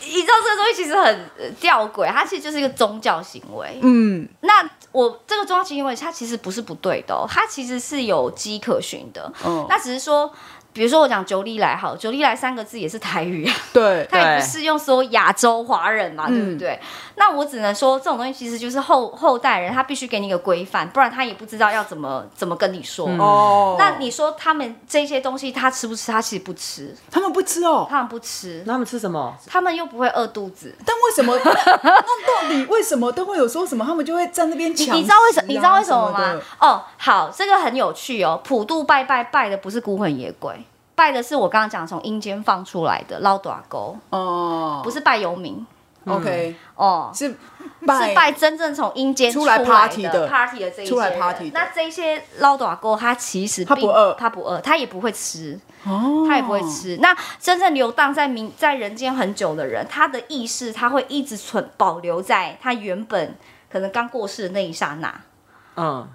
Speaker 1: 你知道这个东西其实很呃吊诡，它其实就是一个宗教行为。
Speaker 2: 嗯，
Speaker 1: 那我这个宗教行为，它其实不是不对的、哦，它其实是有迹可循的。
Speaker 2: 哦
Speaker 1: 那只是说，比如说我讲“九里来”好，“九里来”三个字也是台语啊，
Speaker 2: 对，
Speaker 1: 它也不
Speaker 3: 对
Speaker 1: 适用说亚洲华人嘛，对不
Speaker 2: 嗯
Speaker 1: 对？那我只能说，这种东西其实就是后后代人他必须给你一个规范，不然他也不知道要怎么怎么跟你说。
Speaker 2: 哦，
Speaker 1: 那你说他们这些东西，他吃不吃？他其实不吃，
Speaker 2: 他们不吃哦，
Speaker 1: 他们不吃，
Speaker 3: 那他们吃什么？
Speaker 1: 他们又不会饿肚子。
Speaker 2: 但 为什么？那到底为什么都会有说什么？他们就会在那边抢、
Speaker 1: 你知道为什你知道为什么吗
Speaker 2: 啊的？？
Speaker 1: 哦，好，这个很有趣哦。普渡拜拜拜的不是孤魂野鬼，拜的是我刚刚讲从阴间放出来的捞短钩，
Speaker 2: 哦、
Speaker 1: 不是拜游民
Speaker 2: o k
Speaker 1: 哦。
Speaker 2: 是
Speaker 1: 是拜真正从阴间
Speaker 2: 出来 party
Speaker 1: 的
Speaker 2: 的
Speaker 1: party 的这一些
Speaker 2: 出来
Speaker 1: 人
Speaker 2: party 的
Speaker 1: 那这些捞短钩，他其实
Speaker 2: 他
Speaker 1: 并
Speaker 2: 不饿
Speaker 1: 他不饿，他也不会吃。
Speaker 2: 哦，
Speaker 1: 他也不会吃。那真正流荡在民在人间很久的人，他的意识他会一直存保留在他原本可能刚过世的那一刹那，
Speaker 3: 嗯，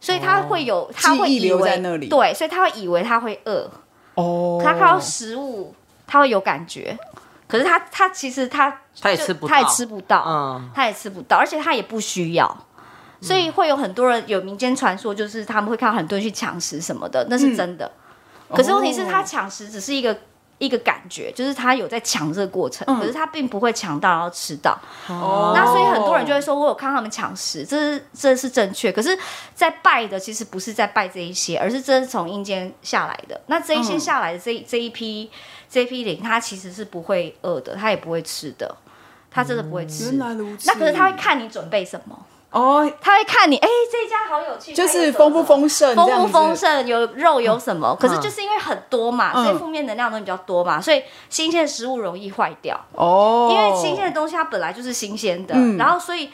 Speaker 1: 所以他会有、他会
Speaker 2: 哦记忆
Speaker 1: 以
Speaker 2: 留
Speaker 1: 为
Speaker 2: 在那里
Speaker 1: 对，所以他会以为他会饿，
Speaker 2: 哦，
Speaker 1: 他看到食物他会有感觉，可是他他其实他
Speaker 3: 他也
Speaker 1: 就
Speaker 3: 吃不到，
Speaker 1: 他也吃不到，
Speaker 3: 嗯，
Speaker 1: 他也吃不到，而且他也不需要。所
Speaker 2: 嗯
Speaker 1: 以会有很多人有民间传说，就是他们会看到很多人去抢食什么的，那是真的。可是问题是，
Speaker 2: 嗯哦
Speaker 1: 他抢食只是一个、一个感觉，就是他有在抢这个过程，
Speaker 2: 嗯
Speaker 1: 可是他并不会抢到然后吃到。
Speaker 2: 哦
Speaker 1: 那所以很多人就会说，我有看他们抢食，这是这是正确。可是，在拜的其实不是在拜这一些，而是这是从阴间下来的。那这一些
Speaker 2: 嗯
Speaker 1: 下来的这一这一批这一批灵，他其实是不会饿的，他也不会吃的，他真的不会吃。
Speaker 2: 原来如此。
Speaker 1: 那可是他会看你准备什么，
Speaker 2: 哦，
Speaker 1: 他会看你，哎、这一家好有趣，
Speaker 2: 就是
Speaker 1: 它有什么
Speaker 2: 丰不丰盛，
Speaker 1: 丰不丰，盛，有肉有什么？可是就是因为很多嘛，
Speaker 2: 嗯
Speaker 1: 所以负面能量的东西比较多嘛，所以新鲜的食物容易坏掉。
Speaker 2: 哦，
Speaker 1: 因为新鲜的东西它本来就是新鲜的，
Speaker 2: 嗯
Speaker 1: 然后所以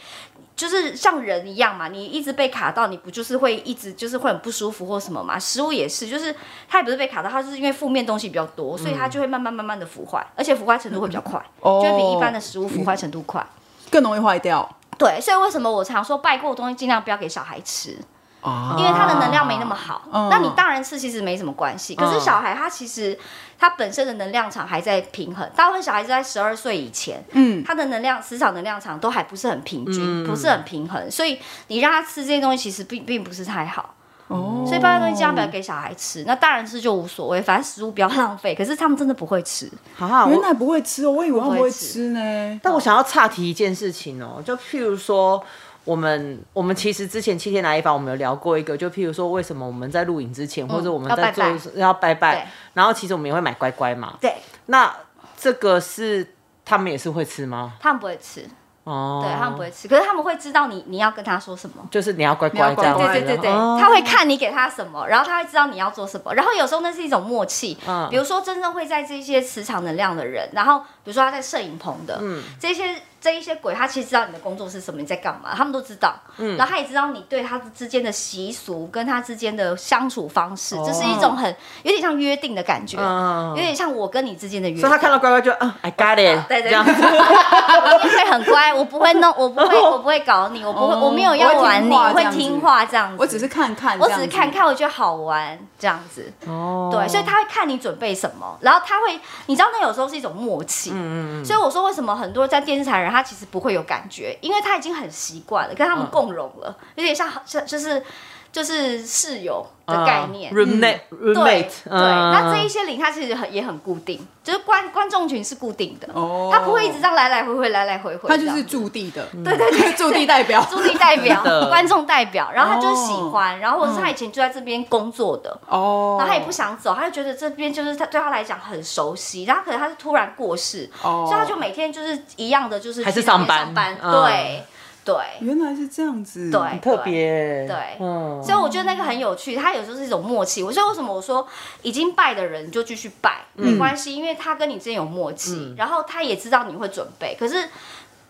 Speaker 1: 就是像人一样嘛，你一直被卡到，你不就是会一直就是会很不舒服或什么嘛？食物也是，就是它也不是被卡到，它就是因为负面东西比较多，所以它就会慢慢慢慢的腐坏，而且腐坏程度会比较快，
Speaker 2: 嗯哦
Speaker 1: 就会比一般的食物腐坏程度快。
Speaker 2: 更容易坏掉
Speaker 1: 对，所以为什么我常说拜过的东西尽量不要给小孩吃，
Speaker 2: 啊
Speaker 1: 因为它的能量没那么好。
Speaker 2: 嗯
Speaker 1: 那你当然吃其实没什么关系，可是
Speaker 3: 嗯
Speaker 1: 小孩他其实他本身的能量场还在平衡，大部分小孩子在十二岁以前，
Speaker 2: 嗯，
Speaker 1: 他的能量磁场能量场都还不是很平均，不是很平衡，所以你让他吃这些东西其实并并不是太好。
Speaker 2: 哦，
Speaker 1: 所以把这东西尽量不要给小孩吃，那大人吃就无所谓，反正食物不要 浪费。可是他们真的不会吃，
Speaker 3: 啊，
Speaker 2: 原
Speaker 3: 我
Speaker 2: 来不会吃哦，我以为他们
Speaker 1: 不会
Speaker 2: 会
Speaker 1: 吃
Speaker 2: 吃呢。
Speaker 3: 但我想要岔题一件事情哦，就譬如说，我们我们其实之前七天来一房，我们有聊过一个，就譬如说，为什么我们在录影之前，或者我
Speaker 1: 嗯
Speaker 3: 们
Speaker 1: 要
Speaker 3: 在
Speaker 1: 拜
Speaker 3: 做
Speaker 1: 拜
Speaker 3: 要拜
Speaker 1: 对
Speaker 3: 拜，然后其实我们也会买乖乖嘛。
Speaker 1: 对
Speaker 3: 那这个是他们也是会吃吗？
Speaker 1: 他们不会吃，
Speaker 3: 哦，
Speaker 1: 对他们不会吃，可是他们会知道你你要跟他说什么。
Speaker 3: 就是你要乖
Speaker 2: 你要
Speaker 3: 乖
Speaker 2: 乖
Speaker 3: 这样子
Speaker 2: 乖
Speaker 3: 的，
Speaker 1: 对对对对，
Speaker 3: 哦
Speaker 1: 他会看你给他什么，然后他会知道你要做什么。然后有时候那是一种默契，
Speaker 3: 嗯
Speaker 1: 比如说真正会在这些磁场能量的人，然后比如说他在摄影棚的，
Speaker 3: 嗯
Speaker 1: 这些这一些鬼，他其实知道你的工作是什么，你在干嘛，他们都知道。
Speaker 3: 嗯
Speaker 1: 然后他也知道你对他之间的习俗跟他之间的相处方式，这是一种很有点像约定的感觉，
Speaker 3: 哦嗯
Speaker 1: 有点像我跟你之间的约定。
Speaker 3: 所以他看到乖乖就嗯，I got it，
Speaker 1: 对对
Speaker 3: 这样子。
Speaker 1: 我也会很乖，我不会弄，我不 会，我不会搞你，我不会，
Speaker 2: 哦
Speaker 1: 我没有要玩你，
Speaker 2: 我会听话
Speaker 1: 我会
Speaker 2: 这
Speaker 1: 听话这
Speaker 2: 样子
Speaker 1: 样子。
Speaker 2: 我只是看看，
Speaker 1: 我
Speaker 2: 这
Speaker 1: 只
Speaker 2: 样
Speaker 1: 是
Speaker 2: 子
Speaker 1: 看看，我觉得好玩这样子。
Speaker 3: 哦
Speaker 1: 对，所以他会看你准备什么，然后他会，你知道那有时候是一种默契。
Speaker 3: 嗯嗯
Speaker 1: 所以我说，为什么很多在电视台的人他其实不会有感觉，因为他已经很习惯了，跟他们共融了，
Speaker 2: 嗯
Speaker 1: 有点像像就是就是室友的概
Speaker 2: 啊
Speaker 1: 念。
Speaker 3: ，roommate
Speaker 1: 对
Speaker 3: roommate，
Speaker 1: 对，
Speaker 3: 嗯
Speaker 2: 嗯
Speaker 1: 那这一些零它其实很也很固定，就是观观众群是固定的，
Speaker 2: 哦，
Speaker 1: 他不会一直这样来来回回来来回回这
Speaker 2: 他
Speaker 1: 样子，
Speaker 2: 就是驻地的，
Speaker 1: 对对 对，
Speaker 2: 驻地代 表
Speaker 1: 朱莉代 表
Speaker 3: 真的、
Speaker 1: 观众代表，然后他就是喜
Speaker 2: 哦
Speaker 1: 欢，然后或者是他以前就在这边工作的，
Speaker 2: 哦，
Speaker 1: 然后他也不想走，他就觉得这边就是他对他来讲很熟悉，然后可能他是突然过世，
Speaker 2: 哦，
Speaker 1: 所以他就每天就是一样的，就是
Speaker 3: 还是
Speaker 1: 去那边
Speaker 3: 上
Speaker 1: 上
Speaker 3: 班
Speaker 1: 班，
Speaker 3: 嗯
Speaker 1: 对对
Speaker 2: 原来是这样子，
Speaker 1: 对，
Speaker 3: 很特
Speaker 1: 对。
Speaker 3: 别，
Speaker 1: 对
Speaker 3: 嗯
Speaker 1: 所以我觉得那个很有趣，它有时候是一种默契。我所以为什么我说已经拜的人就继续拜，没关系，因为他跟你之间有默契，
Speaker 3: 嗯
Speaker 1: 然后他也知道你会准备，可是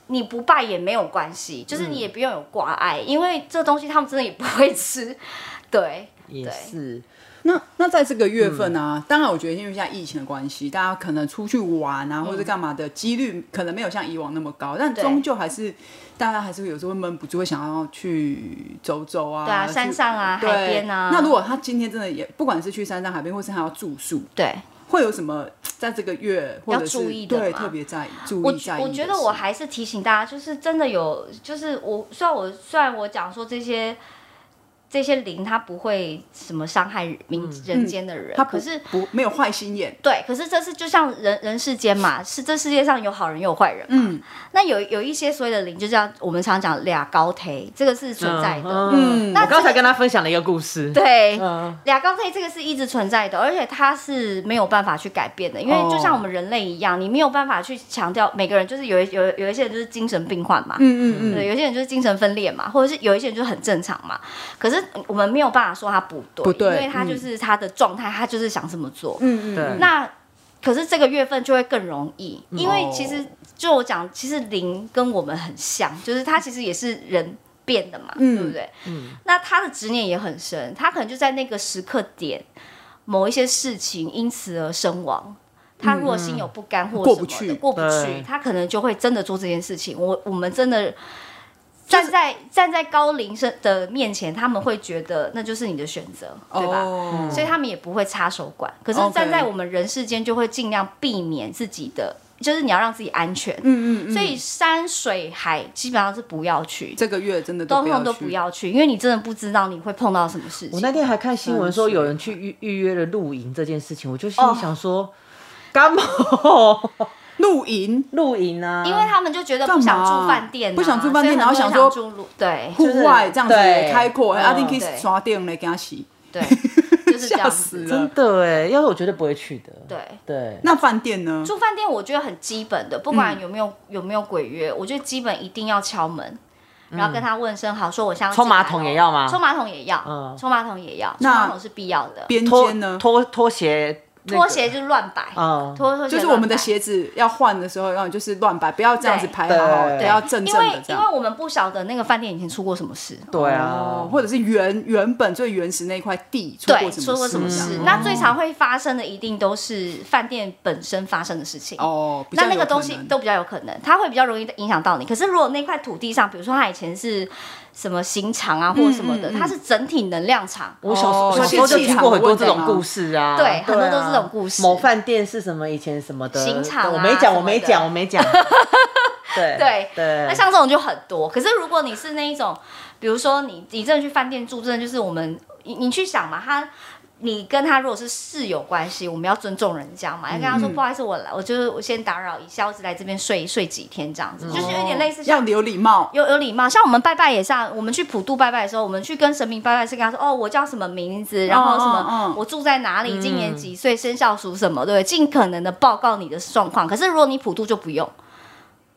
Speaker 1: 你不拜也没有关系，就是
Speaker 3: 嗯
Speaker 1: 你也不用有挂碍，因为这东西他们真的也不会吃，对。
Speaker 3: 也
Speaker 1: 对
Speaker 3: 是，
Speaker 2: 那那在这个月份啊，当然我觉得因为现在疫情的关系，大家可能出去玩啊，或者干嘛的几率可能没有像以往那么高，但
Speaker 1: 嗯对
Speaker 2: 终究还是大家还是有时候会闷不住，会想要去走走啊，
Speaker 1: 对啊，
Speaker 2: 去
Speaker 1: 山上啊，
Speaker 2: 对
Speaker 1: 海边啊，
Speaker 2: 那如果他今天真的也不管是去山上海边，或是他要住宿，
Speaker 1: 对，
Speaker 2: 会有什么在这个月或者是
Speaker 1: 要注意的
Speaker 2: 对
Speaker 1: 吗
Speaker 2: 特别在意注
Speaker 1: 我
Speaker 2: 意在意的
Speaker 1: 我
Speaker 2: 事？
Speaker 1: 觉得我还是提醒大家，就是真的有，就是我虽然我虽然我讲说这些这些灵它不会什么伤害民、人间的人，
Speaker 2: 他嗯不
Speaker 1: 可是
Speaker 2: 不没有坏心眼，
Speaker 1: 对，可是这是就像人人世间嘛，是这世界上有好人也有坏人嘛。
Speaker 2: 嗯
Speaker 1: 那有有一些所谓的灵，就像我们常讲俩高抬，这个是存在的。
Speaker 2: 嗯
Speaker 1: 那
Speaker 3: 我刚
Speaker 1: 这
Speaker 3: 才
Speaker 1: 个
Speaker 3: 跟他分享了一个故事，
Speaker 1: 对，
Speaker 3: 嗯，
Speaker 1: 俩高配这个是一直存在的，而且它是没有办法去改变的，因为
Speaker 2: 哦
Speaker 1: 就像我们人类一样，你没有办法去强调每个人就是有一有有一些人就是精神病患嘛，
Speaker 2: 嗯嗯嗯，
Speaker 1: 对，有些人就是精神分裂嘛，或者是有一些人就是很正常嘛。可是我们没有办法说他不对，
Speaker 2: 不对嗯
Speaker 1: 因为他就是他的状态，他就是想这么做。
Speaker 2: 嗯嗯
Speaker 3: 对
Speaker 2: 嗯
Speaker 1: 那可是这个月份就会更容易，因为其实就我讲，其实灵跟我们很像，就是他其实也是人变的嘛，
Speaker 2: 嗯
Speaker 1: 对不对？那他的执念也很深，他可能就在那个时刻点，某一些事情因此而身亡。他如果心有不甘或
Speaker 2: 嗯
Speaker 1: 什
Speaker 2: 过不
Speaker 1: 么
Speaker 2: 去
Speaker 1: 的，过不去
Speaker 3: 对，
Speaker 1: 他可能就会真的做这件事情。我我们真的站在站在高龄生的面前，他们会觉得那就是你的选择，对吧？
Speaker 2: 哦
Speaker 1: 所以他们也不会插手管。可是
Speaker 2: OK
Speaker 1: 站在我们人世间，就会尽量避免自己的，就是你要让自己安全。
Speaker 2: 嗯嗯嗯，
Speaker 1: 所以山水海基本上是不要去，
Speaker 2: 这个月真的
Speaker 1: 东
Speaker 2: 不
Speaker 1: 通
Speaker 2: 要
Speaker 1: 都
Speaker 2: 去
Speaker 1: 不要去，因为你真的不知道你会碰到什么事
Speaker 3: 我
Speaker 1: 情。
Speaker 3: 那天还看新闻说
Speaker 2: 嗯
Speaker 1: 哦
Speaker 2: 是
Speaker 3: 有人去预预约了露营这件事情，我就心里想说，干嘛？
Speaker 2: 露营、
Speaker 3: 露营啊，
Speaker 1: 因为他们就觉得不想住饭店啊、
Speaker 2: 干嘛不想住饭店
Speaker 1: 所以很多人
Speaker 2: 然后想说
Speaker 1: 住露 对
Speaker 2: 户
Speaker 3: 是
Speaker 2: 外这样子
Speaker 3: 对
Speaker 2: 开阔，
Speaker 3: 嗯
Speaker 2: 阿丁可以
Speaker 1: 对
Speaker 2: 刷电嘞，给他洗，
Speaker 1: 对，就是这
Speaker 2: 吓
Speaker 1: 样
Speaker 2: 死
Speaker 1: 子。
Speaker 2: 了
Speaker 3: 真。的哎，要是我绝对不会去的。
Speaker 1: 对，
Speaker 3: 对，
Speaker 2: 那饭店呢？
Speaker 1: 住饭店我觉得很基本的，不
Speaker 2: 嗯
Speaker 1: 管有没有、有没有鬼约，我觉得基本一定要敲门，
Speaker 2: 嗯
Speaker 1: 然后跟他问声好，说我现在
Speaker 3: 冲马桶也要吗
Speaker 1: 哦冲马桶也要，
Speaker 3: 嗯
Speaker 1: 冲马桶也要，冲
Speaker 2: 那
Speaker 1: 马桶是必要的。
Speaker 2: 边
Speaker 3: 拖
Speaker 2: 间呢？
Speaker 3: 拖拖鞋，那个
Speaker 1: 拖鞋就是乱摆，
Speaker 3: 嗯
Speaker 1: 拖拖鞋
Speaker 2: 就是我们
Speaker 1: 乱摆
Speaker 2: 的鞋子要换的时候，然后就是乱摆，不要这样子
Speaker 1: 对
Speaker 2: 排好好，
Speaker 3: 对
Speaker 2: 不要正
Speaker 1: 因
Speaker 2: 正
Speaker 1: 为
Speaker 2: 的这
Speaker 1: 因
Speaker 2: 样
Speaker 1: 为。我们不晓得那个饭店以前出过什么事，
Speaker 3: 对啊
Speaker 2: 哦，，或者是原原本最原始那块地出
Speaker 1: 对，
Speaker 2: 过什
Speaker 1: 出过
Speaker 2: 么啊嗯
Speaker 1: 什么
Speaker 2: 这
Speaker 1: 事
Speaker 3: 嗯
Speaker 2: 样？
Speaker 1: 那最常会发生的一定都是饭店本身发生的事情。
Speaker 2: 哦，比较
Speaker 1: 那那
Speaker 2: 有
Speaker 1: 个
Speaker 2: 可
Speaker 1: 东西
Speaker 2: 能
Speaker 1: 都比较有可能，它会比较容易影响到你。可是如果那块土地上，比如说它以前是什么刑场啊，或者什么
Speaker 2: 嗯
Speaker 1: 的，它是整体能量场。
Speaker 3: 我小时候
Speaker 2: 哦
Speaker 3: 小时候就
Speaker 2: 现
Speaker 3: 听
Speaker 2: 场
Speaker 3: 过很
Speaker 2: 的
Speaker 3: 多这
Speaker 2: 问
Speaker 3: 种
Speaker 2: 题吗
Speaker 3: 故事啊，
Speaker 1: 对
Speaker 3: 啊
Speaker 1: 很多都是这种故事
Speaker 3: 某饭店是什么以前什么的，
Speaker 1: 刑场啊
Speaker 3: 我没讲，我没
Speaker 1: 什么
Speaker 3: 讲，
Speaker 1: 的
Speaker 3: 我 没讲。对
Speaker 1: 对那
Speaker 3: 对，
Speaker 1: 像这种就很多。可是如果你是那一种，比如说你你真的去饭店住，真的就是我们你你去想嘛，他你跟他如果是室友关系，我们要尊重人家嘛，要跟他说、不好意思，我来，我就是我先打扰一下，我只来这边睡睡几天这样子，就是有点类似
Speaker 2: 哦要
Speaker 1: 像。
Speaker 2: 有礼貌。
Speaker 1: 有有礼貌，像我们拜拜也是啊。我们去普渡拜拜的时候，我们去跟神明拜拜是跟他说，哦，我叫什么名字，然后什么，
Speaker 2: 嗯嗯
Speaker 1: 我住在哪里，今年
Speaker 2: 嗯
Speaker 1: 几岁，生肖属什么，对不对？尽可能的报告你的状况。可是如果你普渡就不用，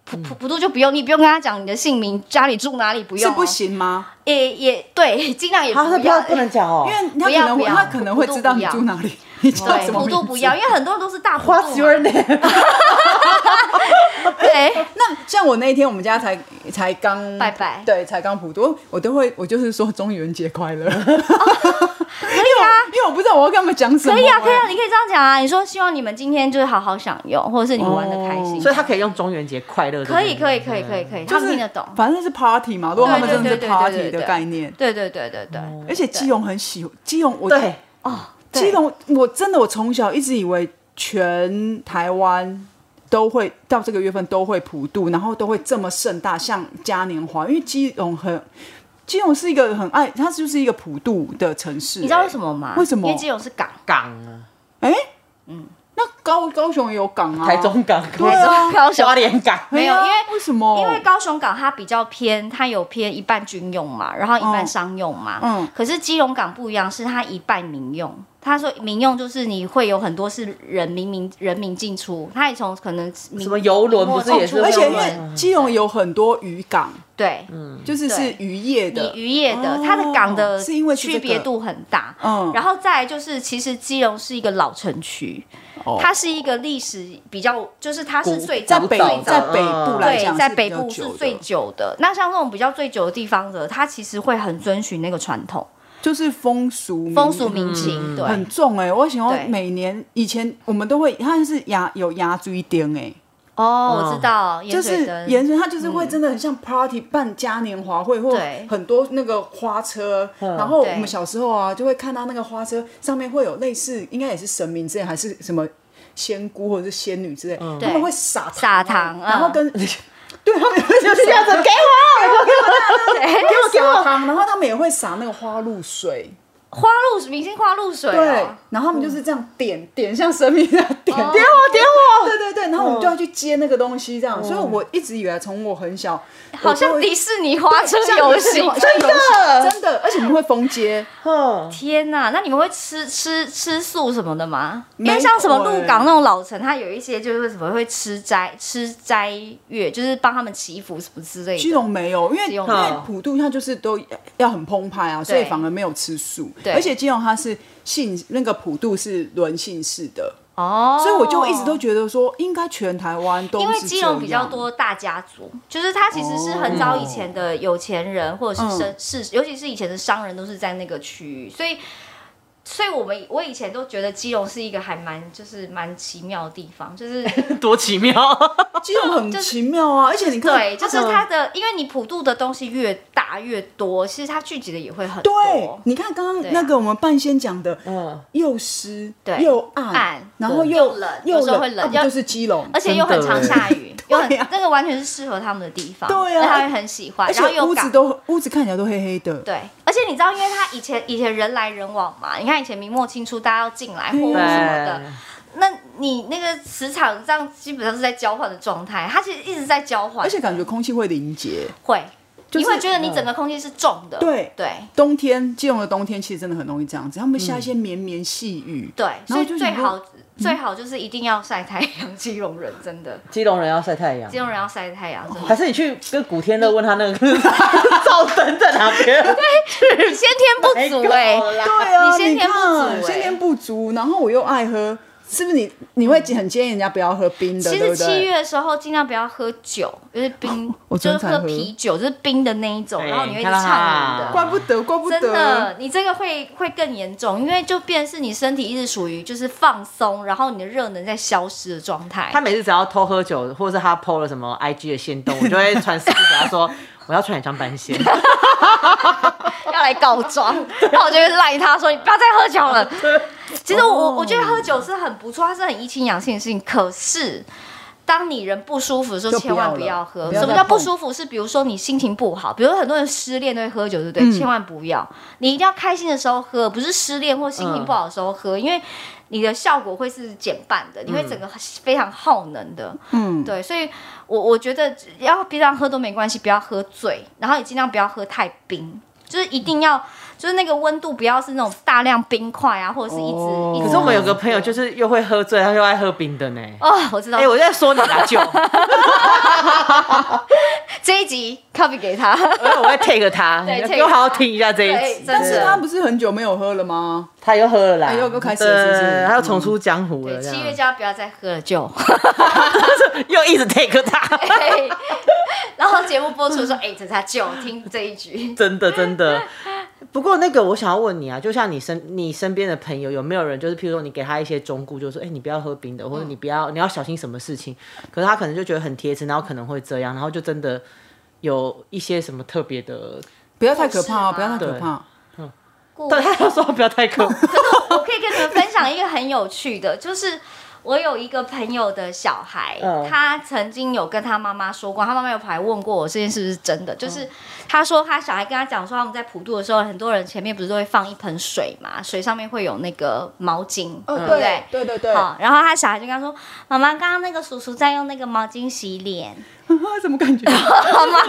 Speaker 1: 普普普渡就不用，你不用跟他讲你的姓名、家里住哪里，不
Speaker 2: 嗯是
Speaker 1: 用、哦
Speaker 2: 不，行吗？
Speaker 1: 也也对，尽量也
Speaker 3: 好，那
Speaker 1: 不
Speaker 3: 不要
Speaker 1: 要。
Speaker 3: 不能讲哦
Speaker 2: 因。为他
Speaker 1: 不要
Speaker 2: 可能会
Speaker 1: 不要
Speaker 2: 他可能会知道你
Speaker 1: 普渡
Speaker 2: 住
Speaker 1: 不
Speaker 2: 哪里， 你叫
Speaker 1: 对，
Speaker 2: 什么
Speaker 1: 普
Speaker 2: 名
Speaker 1: 渡
Speaker 2: 字？
Speaker 1: 不要，因为很多人都是大普
Speaker 3: What's
Speaker 1: 渡
Speaker 3: your
Speaker 1: 嘛。
Speaker 3: name？
Speaker 1: 对，
Speaker 2: 那像我那一天，我们家才才刚
Speaker 1: 拜拜
Speaker 2: 对，才刚普渡，我都会，我就是说中元节快
Speaker 1: 哦
Speaker 2: 乐。可以啊， 因为我不知道我要跟他们讲什么。
Speaker 1: 可以啊，可以
Speaker 2: 哎
Speaker 1: 啊，你可以这样讲啊。你说希望你们今天就是好好享用，或者是你玩的开心。
Speaker 2: 哦
Speaker 3: 所以他可以用中元节快乐。
Speaker 1: 可以，可以，可以，可以，可以，他
Speaker 2: 就
Speaker 1: 们
Speaker 2: 是
Speaker 1: 听得懂。
Speaker 2: 反正是 party 嘛，如果他们真的是
Speaker 1: 对对对对对
Speaker 2: party
Speaker 1: 对
Speaker 2: 的
Speaker 1: 对
Speaker 2: 概念，哦
Speaker 1: 对对对对对，
Speaker 2: 而且基隆很喜基隆，我
Speaker 3: 对，
Speaker 1: 对
Speaker 2: 基隆，我真的我从小一直以为全台湾都会到这个月份都会普渡，然后都会这么盛大，像嘉年华，因为基隆很。基隆是一个很爱，它就是一个普渡的城市、
Speaker 1: 你知道
Speaker 2: 哎
Speaker 1: 为什么吗？
Speaker 2: 为什么
Speaker 1: 因为基隆是港，
Speaker 3: 港啊，
Speaker 2: 那高高雄也有港啊，
Speaker 3: 台中港，
Speaker 2: 对啊
Speaker 1: 高雄
Speaker 3: 花莲港，
Speaker 1: 没有
Speaker 2: 哎呀
Speaker 1: 因为
Speaker 2: 为什么？
Speaker 1: 因为高雄港它比较偏，它有偏一半军用嘛，然后一半商用嘛。
Speaker 2: 嗯
Speaker 1: 可是基隆港不一样，是它一半民用。他说民用就是你会有很多是人民民人民进出，它也从可能什
Speaker 3: 什么游轮不是也是？
Speaker 2: 而且因
Speaker 1: 高
Speaker 2: 为
Speaker 1: 雄
Speaker 2: 基隆有很多渔港，
Speaker 1: 对。
Speaker 2: 嗯就是是
Speaker 1: 对
Speaker 2: 渔业的
Speaker 1: 你，渔业的，
Speaker 2: 哦
Speaker 1: 它的港的
Speaker 2: 是因为是这
Speaker 1: 区
Speaker 2: 个
Speaker 1: 别度很大。
Speaker 2: 嗯
Speaker 1: 然后再来就是，其实基隆是一个老城区，
Speaker 2: 哦
Speaker 1: 它是一个历史比较，就是它是最
Speaker 2: 在
Speaker 1: 早
Speaker 2: 北
Speaker 1: 最早
Speaker 2: 在北部来
Speaker 1: 对
Speaker 2: 讲，，
Speaker 1: 在北部是
Speaker 2: 是比较久的
Speaker 1: 最久的。那像这种比较最久的地方的，它其实会很遵循那个传统、
Speaker 2: 就是风俗民
Speaker 1: 风俗民情，对
Speaker 2: 嗯很重哎、我想要
Speaker 1: 对
Speaker 2: 每年以前我们都会，它是牙有牙锥钉哎，
Speaker 1: 哦，我知道，
Speaker 2: 就
Speaker 1: 盐
Speaker 2: 是
Speaker 1: 水灯，
Speaker 2: 盐水，它就是会真的很像 party 办嘉年华会，或
Speaker 1: 对
Speaker 2: 很多那个花车。然后我们
Speaker 1: 对
Speaker 2: 小时候啊，就会看到那个花车上面会有类似，应该也是神明之类，还是什么仙姑或者是仙女之类，他们
Speaker 1: 对
Speaker 2: 会撒
Speaker 1: 撒
Speaker 2: 糖
Speaker 1: 糖
Speaker 2: 啊，然后
Speaker 1: 嗯
Speaker 2: 跟对他们就是
Speaker 3: 这样子给我
Speaker 2: 给我撒糖，然后他们也会撒那个花露水。
Speaker 1: 花露明星花露水啊，嗯哦
Speaker 2: 对，然后他们就是这样点点，像神明一样点点我点我，对对对，然
Speaker 1: 嗯
Speaker 2: 后我们就要去接那个东西，这样。所以我一直以为，从我很小，
Speaker 1: 好像迪士尼花车
Speaker 2: 像
Speaker 1: 游
Speaker 2: 戏，
Speaker 1: 行。
Speaker 2: 像游戏，真的，而且我们会封街，
Speaker 3: 哼。
Speaker 1: 天呐，那你们会吃吃吃素什么的吗？因
Speaker 2: 没
Speaker 1: 为像什么
Speaker 2: 有欸
Speaker 1: 鹿港那种老城，它有一些就是什么会吃斋吃斋月，就是帮他们祈福什么之类的。
Speaker 2: 基隆没有，因为
Speaker 1: 基
Speaker 2: 因
Speaker 1: 隆
Speaker 2: 为
Speaker 1: 没有
Speaker 2: 普渡它就是都要很澎湃啊，所以
Speaker 1: 对
Speaker 2: 反而没有吃素。
Speaker 1: 对
Speaker 2: 而且基隆它是姓那个普渡是轮姓氏的，
Speaker 1: 哦，
Speaker 2: 所以我就一直都觉得说，应该全台湾都
Speaker 1: 因为
Speaker 2: 是
Speaker 1: 基
Speaker 2: 这
Speaker 1: 隆比较
Speaker 2: 样
Speaker 1: 多大家族，就是他其实是很早以前的有钱人，或者是
Speaker 2: 嗯
Speaker 1: 绅士，尤其是以前的商人都是在那个区域，所以，所以我们我以前都觉得基隆是一个还蛮就是蛮奇妙的地方，就是
Speaker 3: 多奇妙！
Speaker 2: 啊基隆很奇妙啊，而且你看，
Speaker 1: 对，就是它的，因为你普渡的东西越大越多，其实它聚集的也会很
Speaker 2: 对
Speaker 1: 多，。
Speaker 2: 你看刚
Speaker 1: 对啊
Speaker 2: 刚那个我们半仙讲的，
Speaker 3: 嗯，
Speaker 2: 又湿，
Speaker 1: 对
Speaker 2: 又
Speaker 1: 嗯
Speaker 2: 暗，
Speaker 1: 暗
Speaker 2: 嗯然后
Speaker 1: 对
Speaker 2: 又
Speaker 1: 又冷
Speaker 2: 又
Speaker 1: 有时候会冷
Speaker 2: 啊不
Speaker 1: 要
Speaker 2: 就是基隆，
Speaker 1: 而且又很 常下雨，又很
Speaker 2: 对啊
Speaker 1: 那个完全是适合他们的地方，
Speaker 2: 对啊
Speaker 1: 那他会很喜欢，
Speaker 2: 而
Speaker 1: 然后
Speaker 2: 且
Speaker 1: 又
Speaker 2: 屋子
Speaker 1: 港
Speaker 2: 都屋子看起来都黑黑的，
Speaker 1: 对，而且你知道，因为他以前以前人来人往嘛，你看以前明末清初大家要进来货物
Speaker 2: 嗯对
Speaker 1: 什么的，那你那个磁场这样基本上是在交换的状态，它其实一直在交换，
Speaker 2: 而且感觉空气会凝结。
Speaker 1: 会，
Speaker 2: 就
Speaker 1: 你
Speaker 2: 是
Speaker 1: 会觉得你整个空气是重的，
Speaker 2: 对
Speaker 1: 对
Speaker 2: 冬天，基隆的冬天其实真的很容易这样子，他们下一些绵绵细雨。
Speaker 1: 对，
Speaker 2: 然
Speaker 1: 所
Speaker 2: 后
Speaker 1: 以
Speaker 2: 就嗯
Speaker 1: 最
Speaker 2: 想说
Speaker 1: 好最好就是一定要晒太阳， 基隆人真的，
Speaker 3: 基隆人要晒太阳
Speaker 1: 基，隆人要晒太阳，真的。
Speaker 2: 哦
Speaker 3: 还是你去跟古天乐问他那个 照灯在哪边？
Speaker 1: 你先天不足哎、
Speaker 3: 太高了啦
Speaker 2: 对啊，
Speaker 1: 你先天不足
Speaker 2: 你看
Speaker 1: 欸
Speaker 2: 先天不足，然后我又爱喝，是不是你你会很建议人家不要喝冰的，
Speaker 1: 其
Speaker 2: 对
Speaker 1: 实
Speaker 2: 不
Speaker 1: 七
Speaker 2: 对？
Speaker 1: 月的时候尽量不要喝酒，就是冰，
Speaker 2: 我昨
Speaker 1: 就
Speaker 2: 天
Speaker 1: 是
Speaker 2: 才
Speaker 1: 喝
Speaker 2: 喝
Speaker 1: 啤酒，就是冰的那一种，
Speaker 3: 对
Speaker 1: 然后你会一直
Speaker 3: 看到
Speaker 1: 畅饮
Speaker 3: 它
Speaker 1: 的。
Speaker 2: 怪不得，怪不
Speaker 1: 真
Speaker 2: 得，
Speaker 1: 的，你这个会会更严重，因为就变成是你身体一直属于就是放松，然后你的热能在消失的状态
Speaker 3: 他。每次只要偷喝酒，或者是他 PO 了什么 IG 的线动，我就会传私信给他说， 我要穿你张半仙。
Speaker 1: 要来告 状，那我就会赖他说你不要再喝酒了。其实我
Speaker 2: 哦
Speaker 1: 我我觉得喝酒是很不错，它是很怡情养性的事情。可是当你人不舒服的时候，
Speaker 2: 就不要
Speaker 1: 千万不
Speaker 2: 了
Speaker 1: 要喝。
Speaker 2: 不要
Speaker 1: 什么
Speaker 2: 再
Speaker 1: 叫不
Speaker 2: 碰
Speaker 1: 舒服？是比如说你心情不好，比如说很多人失恋都会喝酒，对不
Speaker 2: 嗯
Speaker 1: 对？千万不要，你一定要开心的时候喝，不是失恋或心情不好的时候
Speaker 2: 嗯
Speaker 1: 喝，因为。你的效果会是减半的，你会整个非常耗能的。
Speaker 2: 嗯，
Speaker 1: 对，所以我我觉得要平常喝都没关系，不要喝醉，然后也尽量不要喝太冰，就是一定要就是那个温度不要是那种大量冰块啊，或者是一直、
Speaker 2: 哦
Speaker 1: 一直。
Speaker 3: 可是我们有个朋友就是又会喝醉，他又爱喝冰的呢。
Speaker 1: 哦，我知道、
Speaker 3: 哎、我在说你拿 酒，
Speaker 1: 这一集 copy 给他，
Speaker 3: 因为我会 take 他，
Speaker 1: 对
Speaker 3: 你
Speaker 1: take
Speaker 3: 给我好好听一下这一集
Speaker 1: 对。
Speaker 2: 但
Speaker 1: 真
Speaker 2: 是
Speaker 1: 的
Speaker 2: 他不是很久没有喝了吗？
Speaker 3: 他又喝了啦，
Speaker 2: 哎又又开始了是不是
Speaker 3: 对他又重出江湖
Speaker 1: 对，
Speaker 3: 了，
Speaker 1: 七
Speaker 3: 这
Speaker 1: 月
Speaker 3: 样
Speaker 1: 就要不要再喝了就。
Speaker 3: 又一直 take 他，
Speaker 1: 嘿然后节目播出说，哎、这是他舅，听这一局。
Speaker 3: 真的真的。不过那个，我想要问你啊，就像你身你身边的朋友，有没有人就是，譬如说你给他一些忠告，就说，哎、你不要喝冰的，
Speaker 1: 嗯
Speaker 3: 或者你不要，你要小心什么事情。可是他可能就觉得很贴切，然后可能会这样，然后就真的有一些什么特别的，
Speaker 2: 不要太可怕
Speaker 1: 是吗啊
Speaker 2: 哦，不要太可怕。
Speaker 1: 故
Speaker 3: 对，他就说不要太苛刻。
Speaker 1: 我可以跟你们分享一个很有趣的，就是我有一个朋友的小孩，
Speaker 3: 嗯
Speaker 1: 他曾经有跟他妈妈说过，他妈妈有跑来问过我这件事是真
Speaker 2: 嗯
Speaker 1: 的，就是他说他小孩跟他讲说，他们在普渡的时候，很多人前面不是都会放一盆水嘛，水上面会有那个毛巾，
Speaker 2: 哦，
Speaker 1: 对不对
Speaker 2: 对？对对对，啊，
Speaker 1: 好，然后他小孩就跟他说：“妈妈，刚刚那个叔叔在用那个毛巾洗脸。”
Speaker 2: 怎么感觉？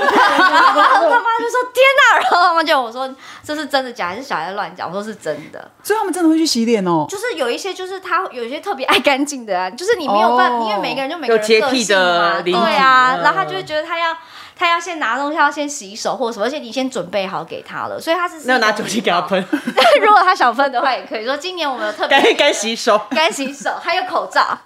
Speaker 1: 他妈就说：“天哪！”然后他妈就我说：“这是真的假的？还是小孩在乱讲？”我说：“是真的。”
Speaker 2: 所以他们真的会去洗脸哦。
Speaker 1: 就是有一些，就是他有一些特别爱干净的啊， 就是你没有办法，
Speaker 2: 哦
Speaker 1: 因为每个人就每个人
Speaker 3: 有洁癖
Speaker 1: 个性嘛，
Speaker 3: 的
Speaker 1: 对
Speaker 3: 灵
Speaker 1: 啊，
Speaker 3: 体嗯
Speaker 1: 然后他就会觉得他要他要先拿东西，他要先洗手或什么，而且你先准备好给他了，所以他是
Speaker 3: 那拿酒精给他。喷，
Speaker 1: 如果他想喷的话，也可以说今年我们有特别
Speaker 3: 该该洗手。
Speaker 1: 干洗手，还有口 罩。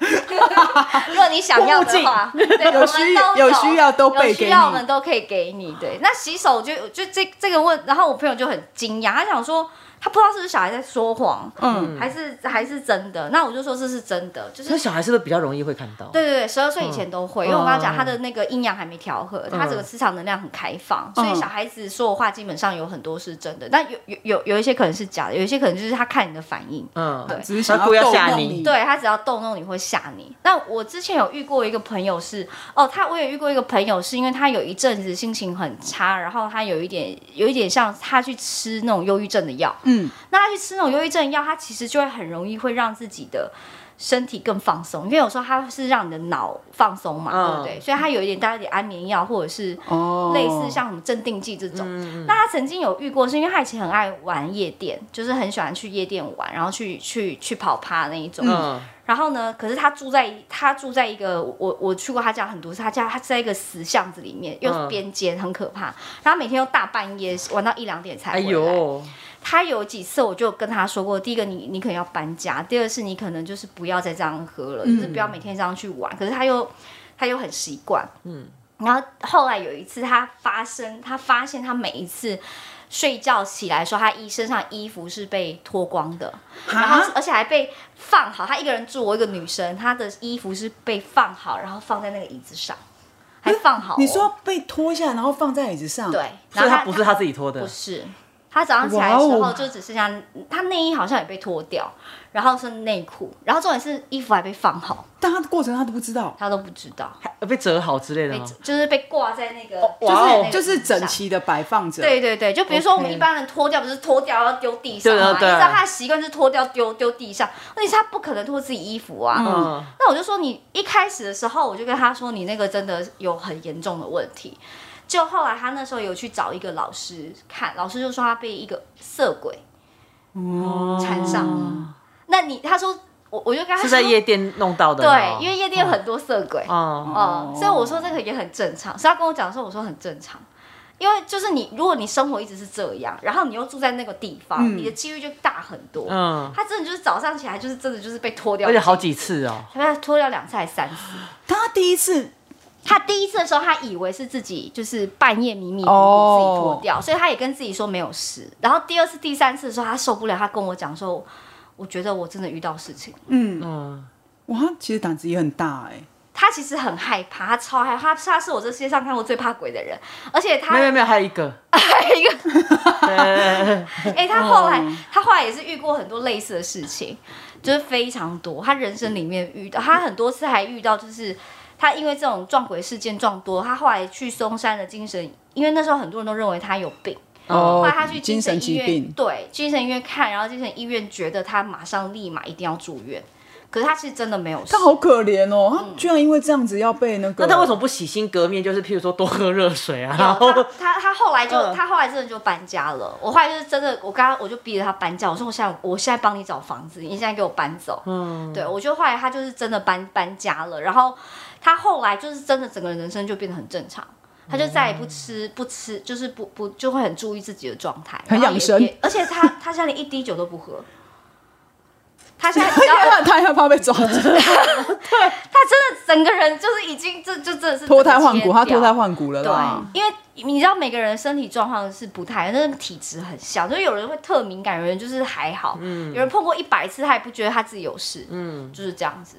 Speaker 1: 如果你想要的话，对，
Speaker 2: 有需
Speaker 1: 我们都
Speaker 2: 有需要都备
Speaker 1: 有
Speaker 2: 给
Speaker 1: 需
Speaker 2: 你
Speaker 1: 要我们都可以给你。对，那洗手就就这这个问，然后我朋友就很惊讶，他想说。他不知道是不是小孩在说谎，嗯，还是还是真的。那我就说这是真的，就是
Speaker 3: 那小孩是不是比较容易会看到？
Speaker 1: 对对对，十二岁以前都会，因为我刚
Speaker 2: 嗯
Speaker 1: 刚讲他的那个阴阳还没调和，他
Speaker 3: 嗯
Speaker 1: 整个磁场能量很开放，所以
Speaker 2: 嗯
Speaker 1: 小孩子说的话基本上有很多是真的，但有有有有一些可能是假的，有一些可能就是他看你的反应，
Speaker 3: 嗯，
Speaker 1: 对
Speaker 2: 只是想
Speaker 3: 他故意要
Speaker 2: 逗
Speaker 3: 吓
Speaker 2: 弄
Speaker 3: 你
Speaker 2: 你，
Speaker 1: 对他只要动弄你会吓你。那我之前有遇过一个朋友是，哦，他我有遇过一个朋友是因为他有一阵子心情很差，然后他有一点有一点像他去吃那种忧郁症的药，
Speaker 2: 嗯，
Speaker 1: 那他去吃那种忧郁症的药，他其实就会很容易会让自己的。身体更放松，因为有时候它是让你的脑放松嘛，
Speaker 3: 嗯
Speaker 1: 对不对？所以它有一点带一点安眠药，或者是
Speaker 2: 哦，
Speaker 1: 类似像什么镇定剂这种。
Speaker 3: 嗯
Speaker 1: 那他曾经有遇过，是因为他以前很爱玩夜店，就是很喜欢去夜店玩，然后去去去跑趴那一种。
Speaker 3: 嗯，
Speaker 1: 然后呢，可是他住在他住在一个我我去过他家很多次，他家他在一个死巷子里面，又是
Speaker 3: 嗯
Speaker 1: 边间，很可怕。然后每天又大半夜玩到一两点才
Speaker 3: 哎
Speaker 1: 回来。
Speaker 3: 呦，
Speaker 1: 他有几次我就跟他说过，第一个你你可能要搬家，第二是你可能就是不要再这样喝了，
Speaker 3: 嗯
Speaker 1: 就是不要每天这样去玩。可是他又他又很习惯，嗯。然后后来有一次他发生，他发现他每一次睡觉起来的时候，他衣身上衣服是被脱光的，然后而且还被放好。他一个人住，我一个女生，她的衣服是被放好，然后放在那个椅子上，还放好哦、
Speaker 2: 你说被脱下，然后放在椅子上，
Speaker 1: 对，
Speaker 3: 所
Speaker 1: 然
Speaker 3: 以
Speaker 1: 后
Speaker 3: 他不是他自己脱的
Speaker 1: 不，是，他早上起来的时
Speaker 2: 哇
Speaker 1: 候
Speaker 2: 哦
Speaker 1: 就只剩下他内衣好像也被脱掉，然后是内裤，然后重点是衣服还被放好，
Speaker 2: 但他的过程他都不知道，
Speaker 1: 他都不知道，
Speaker 3: 呃被折好之类的
Speaker 1: 被
Speaker 3: 吗？
Speaker 1: 就是被挂在那个，
Speaker 3: 哇哦
Speaker 1: 那个
Speaker 2: 就是整
Speaker 1: 上
Speaker 2: 齐的摆放着。
Speaker 1: 对对对，就比如说我们
Speaker 2: OK
Speaker 1: 一般人脱掉不是脱掉要丢地上
Speaker 3: 对啊
Speaker 1: 嘛？
Speaker 3: 对啊
Speaker 1: 你知道他的习惯是脱掉丢丢地上，问题是他不可能脱自己衣服啊。
Speaker 3: 嗯，
Speaker 1: 那我就说你一开始的时候，我就跟他说你那个真的有很严重的问题。就后来他那时候有去找一个老师看，老师就说他被一个色鬼缠上。那你他说我我就跟他
Speaker 3: 哦 是
Speaker 1: 说
Speaker 3: 在夜店弄到的吗。
Speaker 1: 对，因为夜店有很多色鬼。
Speaker 3: 哦，
Speaker 1: 哦、所以我说这个也很正常。所以他跟我讲的时候，我说很正常，因为就是你，如果你生活一直是这样，然后你又住在那个地方，你的几率就大很多。
Speaker 3: 嗯，
Speaker 1: 他真的就是早上起来，就是真的就是被脱掉，
Speaker 3: 而且好几次哦，
Speaker 1: 他被脱掉两次还是三次。
Speaker 2: 他第一次
Speaker 1: 他第一次的时候，他以为是自己就是半夜迷迷糊糊自己
Speaker 2: 哦
Speaker 1: 脱掉所以他也跟自己说没有事。然后第二次、第三次的时候，他受不了，他跟我讲说，我觉得我真的遇到事情。
Speaker 3: 嗯，
Speaker 2: 哇，他其实胆子也很大哎、
Speaker 1: 他其实很害怕，他超害怕，他他是我这世界上看过最怕鬼的人，而且他
Speaker 3: 没有没有，还有一个，
Speaker 1: 哎一个
Speaker 3: 对对对对
Speaker 1: 哎、他后来、
Speaker 2: 嗯
Speaker 1: 他后来也是遇过很多类似的事情，就是非常多。他人生里面遇到，他很多次还遇到，就是他因为这种撞鬼事件撞多，他后来去松山的精神，因为那时候很多人都认为他有病，后
Speaker 2: 哦
Speaker 1: 来他去
Speaker 2: 精
Speaker 1: 神
Speaker 2: 神
Speaker 1: 医
Speaker 2: 疾
Speaker 1: 院，
Speaker 2: 病，
Speaker 1: 对，精神医院看，然后精神医院觉得他马上立马一定要住院，可是他其实真的没有事
Speaker 2: 他。好可怜哦，他居然因为这样子要被那个。
Speaker 3: 那他为什么不洗心革面？就是譬如说多喝热 水啊，然后
Speaker 1: 有他他他后来就、
Speaker 3: 嗯
Speaker 1: 他后来真的就搬家了。我后来就是真的，我刚刚我就逼着他搬家，我说我现在我现在帮你找房子，你现在给我搬走。嗯，对，我就后来他就是真的搬搬家了，然后他后来就是真的整个人生就变得很正常。他就再也不吃不吃，就是不不就会很注意自己的状态，
Speaker 2: 嗯
Speaker 1: 然
Speaker 2: 很
Speaker 1: 后
Speaker 2: 养
Speaker 1: 也
Speaker 2: 生
Speaker 1: 也而且他他现在连一滴酒都不喝，他 现在你知道
Speaker 2: 他 他害怕被抓住，
Speaker 1: 他真的整个人就是已经这就真的是
Speaker 2: 脱胎换骨，他
Speaker 1: 整个切掉
Speaker 2: 脱胎换骨了啦。
Speaker 1: 对，因为你知道每个人身体状况是不太，那个体质很像，就是有人会特敏感，有人就是还好，有人碰过一百次他也不觉得他自己有事，嗯，就是这样子。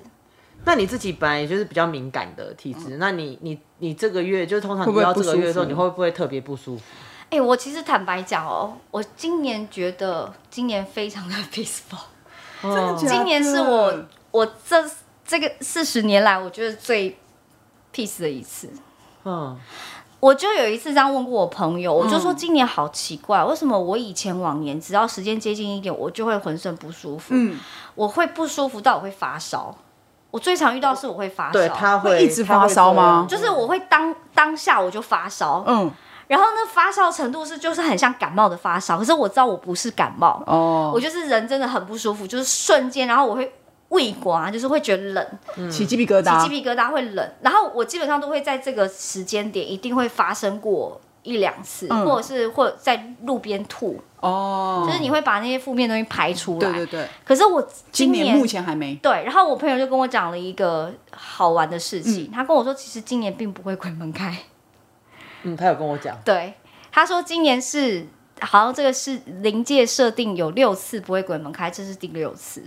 Speaker 3: 那你自己本来也就是比较敏感的体
Speaker 1: 嗯
Speaker 3: 质，那你你你这个月就是通常
Speaker 2: 会
Speaker 3: 你
Speaker 2: 不会
Speaker 3: 遇到
Speaker 2: 不
Speaker 3: 这个月的时候，
Speaker 2: 舒服
Speaker 3: 你会不会特别不舒服？
Speaker 1: 哎、我其实坦白讲哦，我今年觉得今年非常的 peaceful，
Speaker 3: 真
Speaker 2: 真的假的
Speaker 1: 今年是我我这这个四十年来我觉得最 peace 的一次。
Speaker 3: 嗯，
Speaker 1: 我就有一次这样问过我朋友，我就
Speaker 2: 嗯
Speaker 1: 说今年好奇怪，为什么我以前往年只要时间接近一点，我就会浑身不舒服，
Speaker 2: 嗯，
Speaker 1: 我会不舒服到我会发烧。我最常遇到是我会发烧，
Speaker 3: 对，他
Speaker 2: 会一直发烧吗
Speaker 3: 他会这样
Speaker 1: 就是我会当当下我就发烧，
Speaker 2: 嗯
Speaker 1: 然后那发烧程度是就是很像感冒的发烧，可是我知道我不是感冒，
Speaker 2: 哦
Speaker 1: 我，就是人真的很不舒服，就是瞬间，然后我会胃刮，就是会觉得冷，
Speaker 2: 起鸡皮疙
Speaker 1: 起鸡
Speaker 2: 瘩，
Speaker 1: 皮疙瘩会冷，然后我基本上都会在这个时间点一定会发生过一两次，
Speaker 2: 嗯
Speaker 1: 或者是或者在路边吐，
Speaker 2: 哦
Speaker 1: 就，是你会把那些负面东西排出来。
Speaker 2: 对对对，
Speaker 1: 可是我今
Speaker 2: 今
Speaker 1: 年
Speaker 2: 年目前还没。
Speaker 1: 对，然后我朋友就跟我讲了一个好玩的
Speaker 2: 嗯
Speaker 1: 事情，他跟我说其实今年并不会鬼门开，
Speaker 3: 嗯，他有跟我讲，
Speaker 1: 对，他说今年是。好像这个是临界设定有六次不会鬼门开，这是第六次，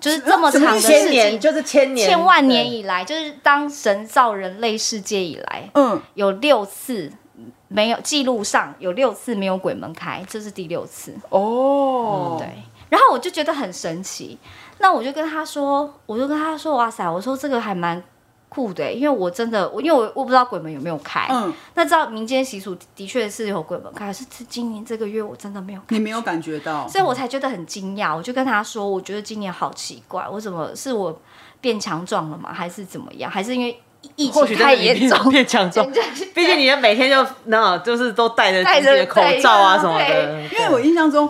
Speaker 1: 就是这么
Speaker 2: 什
Speaker 1: 长的
Speaker 2: 么意思
Speaker 1: 事
Speaker 3: 千
Speaker 1: 情
Speaker 3: 年，就是千年
Speaker 1: 千万年
Speaker 3: 对
Speaker 1: 以来，就是当神造人类世界以来，
Speaker 2: 嗯，
Speaker 1: 有六次没有记录上有六次没有鬼门开，这是第六次。
Speaker 2: 哦，
Speaker 1: 对，，然后我就觉得很神奇，那我就跟他说，我就跟他说，哇塞，我说这个还蛮酷的，欸因为我真的，我因为我我不知道鬼门有没有开，
Speaker 2: 嗯，
Speaker 1: 那知道民间习俗的确是有鬼门开，可是今年这个月我真的没有
Speaker 2: 你没有感觉到，
Speaker 1: 所以我
Speaker 3: 嗯
Speaker 1: 才觉得很惊讶。我就跟他说，我觉得今年好奇怪，我怎么是我变强壮了吗？还是怎么样？还是因为疫
Speaker 3: 或
Speaker 1: 情
Speaker 3: 许真
Speaker 1: 太
Speaker 3: 的你
Speaker 1: 严重
Speaker 3: 变？变强 壮，毕竟你的每天就那就是都戴着自己的口罩啊
Speaker 1: 戴着
Speaker 3: 什么的，
Speaker 1: 对
Speaker 2: 因为我印象中，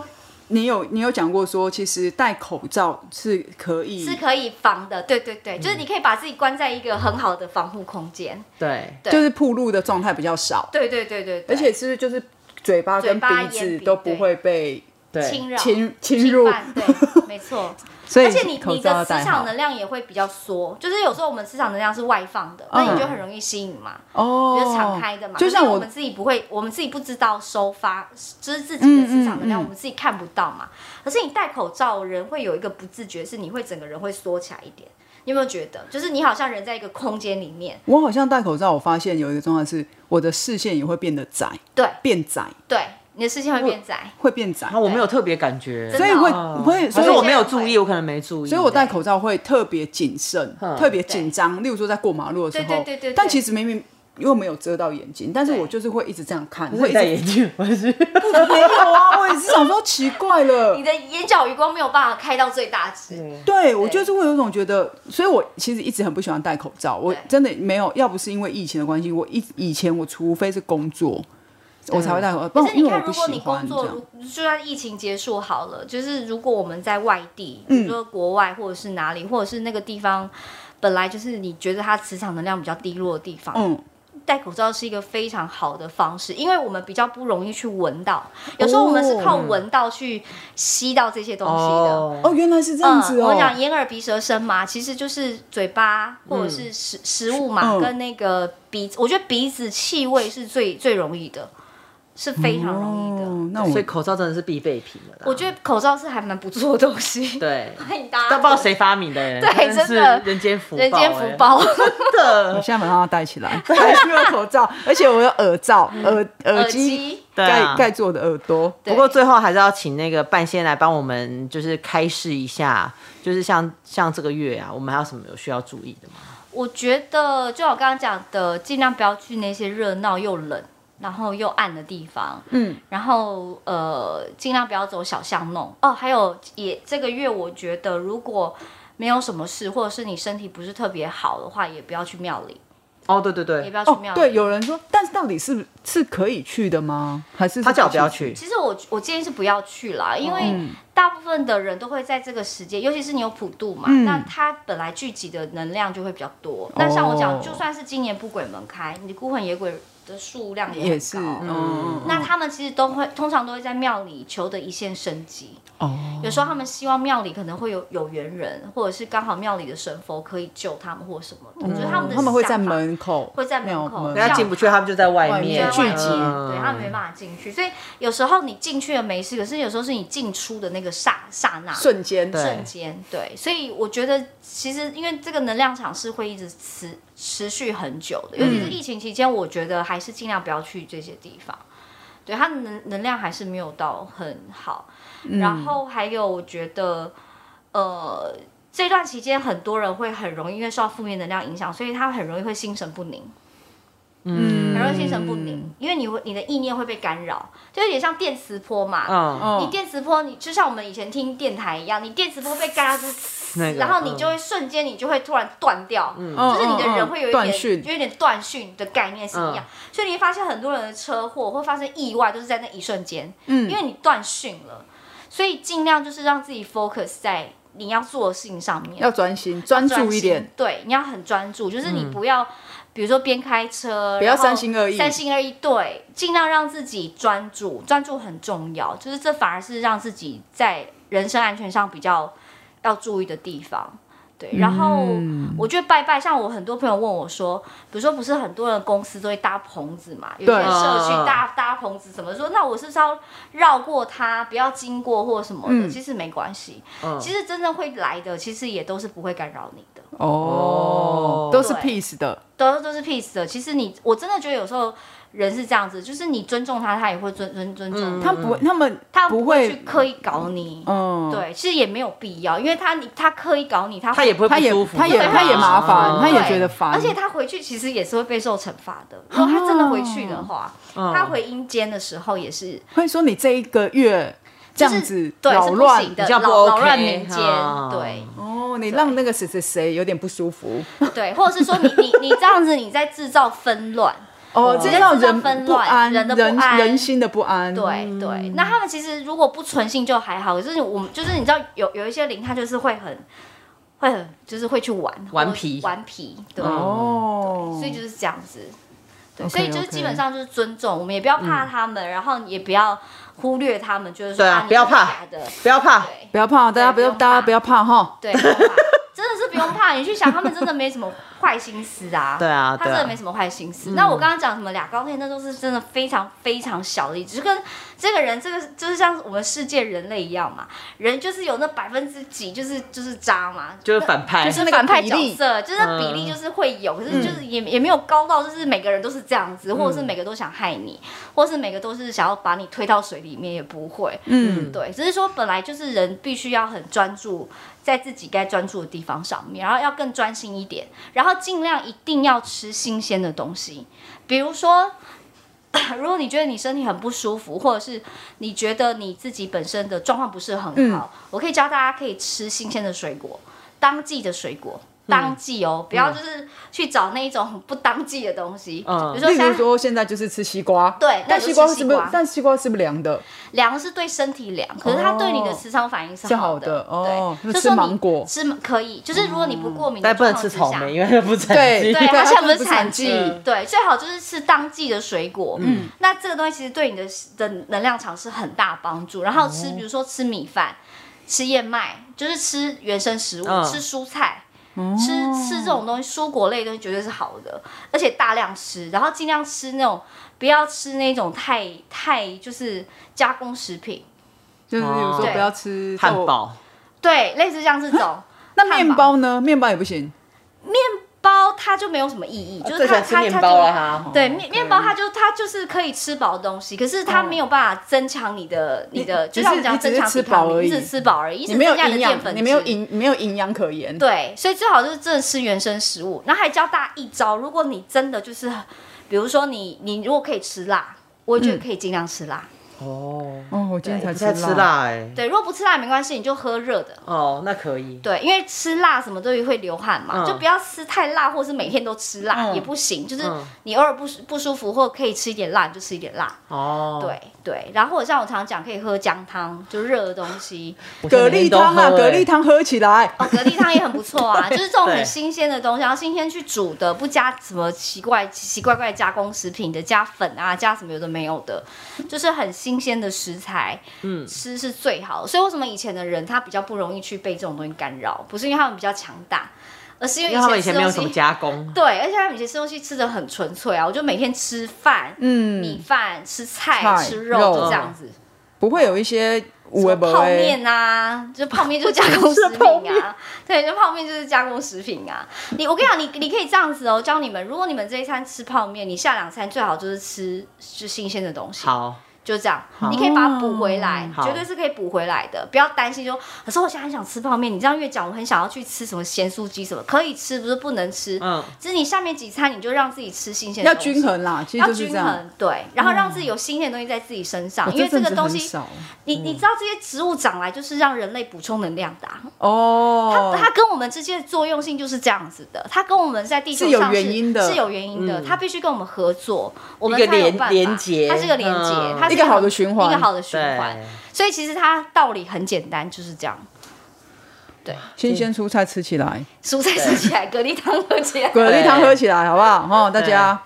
Speaker 2: 你有你有讲过说，其实戴口罩是可以，
Speaker 1: 是可以防的，对对对，
Speaker 3: 嗯
Speaker 1: 就是你可以把自己关在一个很好的防护空间。
Speaker 3: 对
Speaker 1: 对
Speaker 2: 就是铺路的状态比较少，
Speaker 1: 对对对对对，
Speaker 2: 而且是不是就是嘴巴跟
Speaker 1: 嘴巴
Speaker 2: 鼻
Speaker 1: 眼
Speaker 2: 子
Speaker 1: 鼻
Speaker 2: 都不会被
Speaker 3: 对
Speaker 1: 侵扰、
Speaker 2: 侵侵
Speaker 1: 侵
Speaker 2: 入，
Speaker 1: 犯，对，没错。
Speaker 2: 所以
Speaker 1: 而且你
Speaker 2: 口
Speaker 1: 你
Speaker 2: 罩要
Speaker 1: 的
Speaker 2: 戴
Speaker 1: 磁
Speaker 2: 好
Speaker 1: 场能量也会比较缩，就是有时候我们磁场能量是外放的，那
Speaker 2: 嗯
Speaker 1: 你就很容易吸引嘛。
Speaker 2: 哦，
Speaker 1: 就是敞开的嘛，
Speaker 2: 就
Speaker 1: 因
Speaker 2: 像
Speaker 1: 为我
Speaker 2: 我
Speaker 1: 们自己不会，我们自己不知道收发，就是自己的市场能
Speaker 2: 嗯嗯
Speaker 1: 量，
Speaker 2: 嗯
Speaker 1: 我们自己看不到嘛。可是你戴口罩，人会有一个不自觉，是你会整个人会缩起来一点。你有没有觉得，就是你好像人在一个空间里面？
Speaker 2: 我好像戴口罩，我发现有一个状态是，我的视线也会变得窄，
Speaker 1: 对
Speaker 2: 变窄，
Speaker 1: 对，你的视线会变窄。
Speaker 2: 会变窄
Speaker 3: 啊，，我没有特别感觉，
Speaker 1: 真
Speaker 2: 所
Speaker 1: 的
Speaker 2: 以会
Speaker 3: 哦
Speaker 2: 会，所
Speaker 3: 可
Speaker 2: 以
Speaker 3: 是我
Speaker 1: 有些
Speaker 3: 没有
Speaker 1: 人
Speaker 3: 注
Speaker 1: 会
Speaker 3: 意，我可能没注意。
Speaker 2: 所以我戴口罩会特别谨慎
Speaker 3: 嗯，
Speaker 2: 特别紧张。例如说在过马路的时候，
Speaker 1: 对对对对对
Speaker 2: 但其实明明因为没有遮到眼睛，但是
Speaker 1: 对
Speaker 2: 我就是会一直这样看，
Speaker 3: 我
Speaker 2: 会一
Speaker 3: 戴
Speaker 2: 直
Speaker 3: 眼 镜，我是
Speaker 2: 没有啊，我也是想说奇怪了
Speaker 1: 你。的眼角余光没有办法开到最大值。
Speaker 2: 对，我就是会有一种觉得，所以我其实一直很不喜欢戴口罩。我
Speaker 1: 对
Speaker 2: 真的没有，要不是因为疫情的关系，我一以前我除非是工作，我才会戴口罩，不
Speaker 1: 嗯可是
Speaker 2: 然哦因
Speaker 1: 你
Speaker 2: 为我
Speaker 1: 看，
Speaker 2: 不
Speaker 1: 如果
Speaker 2: 喜
Speaker 1: 你
Speaker 2: 欢
Speaker 1: 工
Speaker 2: 这
Speaker 1: 作
Speaker 2: 样。
Speaker 1: 如，就算疫情结束好了，就是如果我们在外地，比
Speaker 2: 嗯
Speaker 1: 如说国外或者是哪里，或者是那个地方本来就是你觉得它磁场能量比较低落的地方，
Speaker 2: 嗯，
Speaker 1: 戴口罩是一个非常好的方式，因为我们比较不容易去闻到，有时候我们是靠闻到去吸到这些东西的。
Speaker 2: 嗯哦，原来是这样
Speaker 1: 嗯，
Speaker 2: 子哦。
Speaker 1: 我讲眼耳鼻舌身嘛，其实就是嘴巴或者是食食物嘛，
Speaker 2: 嗯
Speaker 1: 跟那个鼻子，我觉得鼻子气味是最最容易的，是非常容易的。
Speaker 2: 哦，那
Speaker 3: 所
Speaker 2: 我
Speaker 3: 以口罩真的是必备品了啦。
Speaker 1: 我觉得口罩是还蛮不错的东西，
Speaker 3: 对，
Speaker 1: 欢迎大
Speaker 3: 都
Speaker 1: 家
Speaker 3: 不知道谁发明的欸，
Speaker 1: 对真
Speaker 3: 真
Speaker 1: 的
Speaker 3: 是人间福报欸，
Speaker 1: 人间福报。
Speaker 2: 哎
Speaker 3: 真的
Speaker 2: 我。现在马上要戴起 来，戴因为口罩，而且我有耳罩、耳耳机
Speaker 1: 嗯机
Speaker 3: 对啊
Speaker 2: 盖盖住我的耳朵。哦
Speaker 1: 对
Speaker 3: 不过最后还是要请那个半仙来帮我们，就是开示一下，就是像像这个月啊，我们还有什么有需要注意的吗？
Speaker 1: 我觉得就像我刚刚讲的，尽量不要去那些热闹又冷。然后又暗的地方，
Speaker 2: 嗯，
Speaker 1: 然后呃，尽量不要走小巷弄哦。还有也这个月，我觉得如果没有什么事，或者是你身体不是特别好的话，也不要去庙里，
Speaker 3: 哦，对对
Speaker 1: 也
Speaker 3: 对
Speaker 1: 不，要去
Speaker 2: 哦
Speaker 1: 庙，里。
Speaker 2: 对，有人说，但是到底是是可以去的吗？还是
Speaker 3: 他叫我不要
Speaker 2: 去？
Speaker 3: 去，
Speaker 1: 其实我我建议是不要去啦，因为
Speaker 2: 嗯
Speaker 1: 大部分的人都会在这个时间，尤其是你有普渡嘛，
Speaker 2: 嗯
Speaker 1: 那它本来聚集的能量就会比较多。那像我
Speaker 2: 哦
Speaker 1: 讲，就算是今年不鬼门开，你孤魂野鬼的数量也
Speaker 2: 也
Speaker 1: 很
Speaker 2: 是，
Speaker 1: 高。
Speaker 2: 嗯嗯，嗯
Speaker 1: 那他们其实都会，通常都会在庙里求得一线生机。
Speaker 2: 哦，
Speaker 1: 有时候他们希望庙里可能会有有缘人，或者是刚好庙里的神佛可以救他们或什么的，就是他们的
Speaker 2: 嗯他们会在
Speaker 1: 想法
Speaker 2: 门口，
Speaker 1: 会在门
Speaker 2: 庙
Speaker 1: 口
Speaker 2: 门
Speaker 1: 对啊
Speaker 3: 人家进不去，他们就在外面嗯
Speaker 2: 面
Speaker 1: 就在外
Speaker 2: 聚集嗯
Speaker 1: 面对他们没
Speaker 3: 法。
Speaker 1: 办法进去，所以有时候你进去了没事，可是有时候是你进出的那个刹刹那。
Speaker 2: 瞬间
Speaker 3: 对
Speaker 1: 瞬间，对，所以我觉得其实因为这个能量场是会一直持持续很久的，尤其是疫情期间，我觉得还是尽量不要去这些地方，对，它的能能量还是没有到很好。然后还有，我觉得，呃，这段期间很多人会很容易因为受到负面能量影响，所以他很容易会心神不宁。很容易心神不宁，因为你会你的意念会被干扰，就有点像电磁波嘛。
Speaker 3: 嗯，
Speaker 1: 你
Speaker 2: 哦，
Speaker 1: 电磁波，你就像我们以前听电台一样，你电磁波被干扰就是嘶，
Speaker 3: 那个
Speaker 1: 然后你
Speaker 2: 嗯
Speaker 1: 就会瞬间你就会突然断掉，就是你的人会有一
Speaker 2: 断
Speaker 1: 点
Speaker 2: 讯嗯
Speaker 1: 有，一点断讯的概念是一样，所以你会发现很多人的车祸或发生意外都是在那一瞬间，
Speaker 2: 嗯
Speaker 1: 因为你断讯了，所以尽量就是让自己 focus 在你要做的事情上面，
Speaker 2: 要专心专注一点嗯
Speaker 1: 心，对，你要很专注，就是你不要，比如说边开车，
Speaker 2: 不要
Speaker 1: 然后
Speaker 2: 三心二意
Speaker 1: 三心二意，对，尽量让自己专注，专注很重要，就是这反而是让自己在人身安全上比较要注意的地方。对，
Speaker 2: 嗯
Speaker 1: 然后我觉得拜拜，像我很多朋友问我说，比如说不是很多人公司都会搭棚子嘛，有一些
Speaker 2: 对
Speaker 1: 社区
Speaker 3: 嗯嗯嗯
Speaker 1: 搭搭棚子什么，说那我是不是要绕过它，不要经过或什么的？
Speaker 2: 嗯
Speaker 1: 其实没关系，
Speaker 3: 嗯
Speaker 1: 其实真正会来的，其实也都是不会干扰你的，
Speaker 2: 哦
Speaker 3: 哦，
Speaker 2: 都是
Speaker 1: 对
Speaker 2: peace 的，
Speaker 1: 都都是 peace 的。其实你，我真的觉得有时候人是这样子，就是你尊重他，他也会尊尊尊
Speaker 3: 嗯
Speaker 1: 重你，
Speaker 2: 他不，他们
Speaker 1: 他
Speaker 2: 不
Speaker 1: 会去
Speaker 2: 会，
Speaker 1: 刻意搞你。
Speaker 2: 嗯，
Speaker 1: 对，其实也没有必要，因为他你他刻意搞你，他
Speaker 3: 他也不会
Speaker 2: 他也
Speaker 3: 不舒服，
Speaker 2: 他也
Speaker 1: 对
Speaker 2: 他也麻烦
Speaker 3: 嗯
Speaker 2: 他也
Speaker 1: 对
Speaker 2: 觉得烦
Speaker 1: 而且他回去其实也是会备受惩罚的。如果他真的回去的话，
Speaker 3: 哦
Speaker 1: 他回阴间的时候也是
Speaker 2: 会说你这一个月这样
Speaker 1: 就是
Speaker 2: 子
Speaker 1: 对
Speaker 2: 扰
Speaker 1: 是不
Speaker 2: 乱
Speaker 1: 行的，
Speaker 3: 比较不
Speaker 1: 扰扰
Speaker 3: OK，
Speaker 1: 乱民间，
Speaker 3: 嗯
Speaker 1: 对。
Speaker 2: 哦，你让那个谁谁谁有点不舒服
Speaker 1: 对，或者是说你你你这样子，你在制造纷乱，
Speaker 2: 哦，这让
Speaker 1: 制造
Speaker 2: 人
Speaker 1: 纷
Speaker 2: 不
Speaker 1: 乱
Speaker 2: 安，
Speaker 1: 人的
Speaker 2: 人
Speaker 1: 不安
Speaker 2: 人心的不安，
Speaker 1: 对对，那他们其实如果不存性就还好，可是我们就是你知道有有一些灵，他就是会很会很就是会去玩
Speaker 3: 顽皮
Speaker 1: 或玩皮，对，
Speaker 2: 哦，
Speaker 1: 所以就是这样子。对
Speaker 2: OK，
Speaker 1: 所以就是
Speaker 2: OK
Speaker 1: 基本上就是尊重，我们也不要怕他们，然后也不要忽略他们，就是说
Speaker 3: 嗯对啊
Speaker 1: 你
Speaker 3: 不要
Speaker 1: 是假
Speaker 3: 怕
Speaker 1: 的，
Speaker 3: 不要怕，
Speaker 1: 对
Speaker 2: 不要怕，大家不要
Speaker 1: 对不用怕
Speaker 2: 大家不要怕哈，
Speaker 1: 对，不用怕真的是不用怕，你去想他们真的没什么坏心思啊，
Speaker 3: 对啊，
Speaker 1: 他
Speaker 3: 对
Speaker 1: 真的
Speaker 3: 啊
Speaker 1: 没，什么坏心思。那我刚刚讲什么俩高配，那都是真的非常非常小的例子，就跟这个人，这个就是像我们世界人类一样嘛，人就是有那百分之几，就是就是渣嘛，
Speaker 3: 就是反派，
Speaker 1: 就是
Speaker 2: 那个
Speaker 1: 反派
Speaker 2: 比
Speaker 1: 角
Speaker 2: 例嗯
Speaker 1: 色，就是那比例就是会有，可是就是也也没有高到就是每个人都是这样子，或者是
Speaker 2: 嗯
Speaker 1: 每个都想害你，或是每个都是想要把你推到水里面，也不会。
Speaker 2: 嗯，
Speaker 1: 对，只是说本来就是人必须要很专注在自己该专注的地方上面，然后要更专心一点，然后尽量一定要吃新鲜的东西，比如说。如果你觉得你身体很不舒服，或者是你觉得你自己本身的状况不是很好，我可以教大家可以吃新鲜的水果，当季的水果，当季哦，不要就是去找那一种不当季的东西，
Speaker 3: 嗯
Speaker 1: 比如说
Speaker 2: 例
Speaker 1: 像
Speaker 2: 如说现在就是吃西瓜，
Speaker 1: 对那
Speaker 2: 但
Speaker 1: 就是
Speaker 2: 西瓜
Speaker 1: 吃
Speaker 2: 是不
Speaker 1: 西
Speaker 2: 是
Speaker 1: 瓜？
Speaker 2: 但西瓜是不是凉的？
Speaker 1: 凉是对身体凉，可是它对你的
Speaker 2: 哦
Speaker 1: 磁场反应是
Speaker 2: 是
Speaker 1: 好
Speaker 2: 好的哦
Speaker 1: 对，
Speaker 2: 那
Speaker 1: 就
Speaker 2: 吃
Speaker 1: 说你
Speaker 2: 芒果
Speaker 1: 吃可以，就是如果你不过敏的
Speaker 3: 嗯但不
Speaker 1: 状
Speaker 3: 能
Speaker 1: 况
Speaker 3: 吃
Speaker 1: 之
Speaker 3: 草
Speaker 1: 下，
Speaker 3: 莓，因为它不产
Speaker 2: 对
Speaker 1: 对，
Speaker 3: 季。
Speaker 2: 对
Speaker 1: 而且
Speaker 2: 它
Speaker 1: 我们是
Speaker 2: 不是
Speaker 1: 产
Speaker 2: 产
Speaker 1: 季
Speaker 2: 季，
Speaker 1: 对，最好就是吃当季的水果。嗯，那这个东西其实对你的的能量场是很大帮助。然后吃，比如说吃米饭、吃燕麦，就是吃原生食物、
Speaker 3: 嗯哦
Speaker 1: 吃蔬菜。吃吃这种东西，蔬果类的东西绝对是好的，而且大量吃，然后尽量吃那种不要吃那种太太就是加工食品，
Speaker 2: 就是比如说
Speaker 1: 对
Speaker 2: 不要吃
Speaker 3: 汉
Speaker 2: 豆。
Speaker 3: 堡，
Speaker 1: 对，类似像这种
Speaker 2: 那
Speaker 1: 汉
Speaker 2: 面包呢？面包也不行。
Speaker 1: 包它就没有什么意义，就是
Speaker 3: 啊最喜
Speaker 1: 它
Speaker 3: 欢吃
Speaker 1: 它
Speaker 3: 面
Speaker 1: 它
Speaker 3: 包啊
Speaker 1: 就
Speaker 3: 了哈。
Speaker 1: 对，
Speaker 2: 哦
Speaker 1: 面面包它就它就是可以吃饱的东西，可是它没有办法增强你的你的，就
Speaker 2: 只
Speaker 1: 像我们
Speaker 2: 是
Speaker 1: 讲
Speaker 2: 嗯你只
Speaker 1: 增
Speaker 2: 是
Speaker 1: 强
Speaker 2: 吃
Speaker 1: 抵抗
Speaker 2: 饱而
Speaker 1: 力，
Speaker 2: 已
Speaker 1: 你只是吃饱而已，你只
Speaker 2: 你没有
Speaker 1: 增加
Speaker 2: 营
Speaker 1: 你的淀
Speaker 2: 养，
Speaker 1: 粉
Speaker 2: 你没有
Speaker 1: 质
Speaker 2: 营，没有营养可言。
Speaker 1: 对，所以最好就是真的吃原生食物。那还教大家一招，如果你真的就是，比如说你你如果可以吃辣，我
Speaker 2: 嗯
Speaker 1: 觉得可以尽量吃辣。
Speaker 3: 哦，
Speaker 2: 哦，我今天才
Speaker 3: 不太吃辣哎。
Speaker 1: 对，如果不吃辣没关系，你就喝热的。
Speaker 3: 哦，那可以。
Speaker 1: 对，因为吃辣什么都会流汗嘛，
Speaker 3: 嗯
Speaker 1: 就不要吃太辣，或是每天都吃辣、
Speaker 2: 嗯
Speaker 1: 也不行。就是
Speaker 3: 嗯
Speaker 1: 你偶尔不舒不舒服，或可以吃一点辣，你就吃一点辣。
Speaker 3: 哦，
Speaker 1: 对对，然后或者像我常讲，可以喝姜汤，就热的东西。
Speaker 3: 我现在
Speaker 2: 蛤
Speaker 3: 每天
Speaker 2: 蜊
Speaker 3: 都喝
Speaker 2: 汤啊，
Speaker 3: 欸
Speaker 2: 蛤蜊汤喝起来。
Speaker 1: 哦，蛤蜊汤也很不错 啊，就是这种
Speaker 3: 对
Speaker 1: 很新鲜的东西，然后新鲜去煮的，不加什么奇怪奇奇怪怪加工食品的，加粉啊，加什么有的没有的，就是很新鲜的食材，嗯，吃是最好的。所以为什么以前的人他比较不容易去被这种东西干扰，不是因为他们比较强大，而是因为
Speaker 3: 因为他们以前
Speaker 1: 吃
Speaker 3: 没有
Speaker 1: 东
Speaker 3: 什么
Speaker 1: 西。
Speaker 3: 加工。
Speaker 1: 对，而且他们以前吃东西吃的很纯粹啊，我就每天吃饭、米
Speaker 2: 嗯，
Speaker 1: 饭、吃菜、
Speaker 2: 菜
Speaker 1: 吃肉，
Speaker 2: 肉
Speaker 1: 就这样子。
Speaker 2: 不会有一些
Speaker 1: 什
Speaker 2: 五
Speaker 1: 么
Speaker 2: 味
Speaker 1: 泡面啊，就泡面就加工 食
Speaker 2: 是泡
Speaker 1: 品
Speaker 2: 面
Speaker 1: 啊， 对，就泡面就是加工食品啊。你我跟你讲，你你可以这样子哦，教你们，如果你们这一餐吃泡面，你下两餐最好就是吃就新鲜的东西，
Speaker 3: 好，
Speaker 1: 就这样，你可以把它补回来，
Speaker 2: 哦
Speaker 3: 好
Speaker 1: 绝对是可以补回来的，不要担心说，可是我现在很想吃泡面，你这样越讲，我很想要去吃什么咸酥鸡什么，可以吃，不是不能吃，
Speaker 3: 嗯，
Speaker 1: 只是你下面几餐你就让自己吃新鲜的
Speaker 2: 要
Speaker 1: 东西，
Speaker 2: 均衡啦，其实
Speaker 1: 要
Speaker 2: 就是这
Speaker 1: 均
Speaker 2: 样。
Speaker 1: 衡，对，然后让自己有新鲜的东西在自己身上，
Speaker 3: 哦
Speaker 2: 我
Speaker 1: 因为这
Speaker 2: 阵
Speaker 1: 个
Speaker 2: 子
Speaker 1: 东
Speaker 2: 很
Speaker 1: 西。
Speaker 2: 少
Speaker 1: 你
Speaker 2: 嗯
Speaker 1: 你知道这些植物长来就是让人类补充能量的啊、
Speaker 2: 哦，
Speaker 1: 它跟我们之间的作用性就是这样子的，它跟我们在地球
Speaker 2: 是有
Speaker 1: 上
Speaker 2: 原因的嗯
Speaker 1: 是有原因的，它必须跟我们合作，我们
Speaker 3: 一个
Speaker 1: 才有
Speaker 3: 连
Speaker 1: 办法
Speaker 3: 连结
Speaker 1: 它是个连接，
Speaker 3: 嗯
Speaker 1: 它是
Speaker 2: 一个好的循环
Speaker 1: 一个好的循环
Speaker 3: 对。，
Speaker 1: 所以其实它道理很简单，就是这样，
Speaker 2: 新鲜蔬菜吃起来，
Speaker 1: 蔬菜吃起来，蛤蜊汤喝起来。
Speaker 2: 蛤蜊汤喝起来，好不好？哈，大家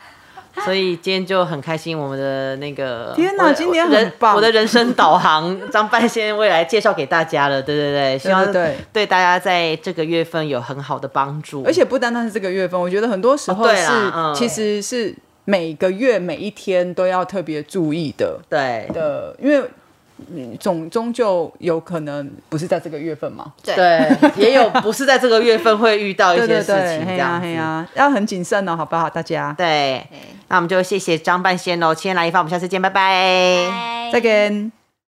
Speaker 3: 所以今天就很开心，我们的那个
Speaker 2: 天哪
Speaker 3: 我的
Speaker 2: 今天很
Speaker 3: 人
Speaker 2: 棒
Speaker 3: 我的人生导航张半仙未来介绍给大家了，对对对，希望
Speaker 2: 对
Speaker 3: 嗯
Speaker 2: 对
Speaker 3: 对大家在这个月份有很好的帮助，
Speaker 2: 而且不单单是这个月份，我觉得很多时候
Speaker 3: 哦对
Speaker 2: 是、
Speaker 3: 啦嗯
Speaker 2: 其实是每个月每一天都要特别注意的
Speaker 3: 对
Speaker 2: 的，因为。嗯总终究有可能不是在这个月份嘛，
Speaker 3: 对，也有不是在这个月份会遇到一
Speaker 2: 对
Speaker 3: 些
Speaker 2: 对
Speaker 3: 事
Speaker 2: 对，
Speaker 3: 情这
Speaker 2: 嘿呀
Speaker 3: 样子
Speaker 2: 嘿。呀，要很谨慎哦，好不好？大家
Speaker 3: 对，那我们就谢谢张半仙喽，千来一发，我们下次见，拜拜
Speaker 1: 拜
Speaker 2: 再见。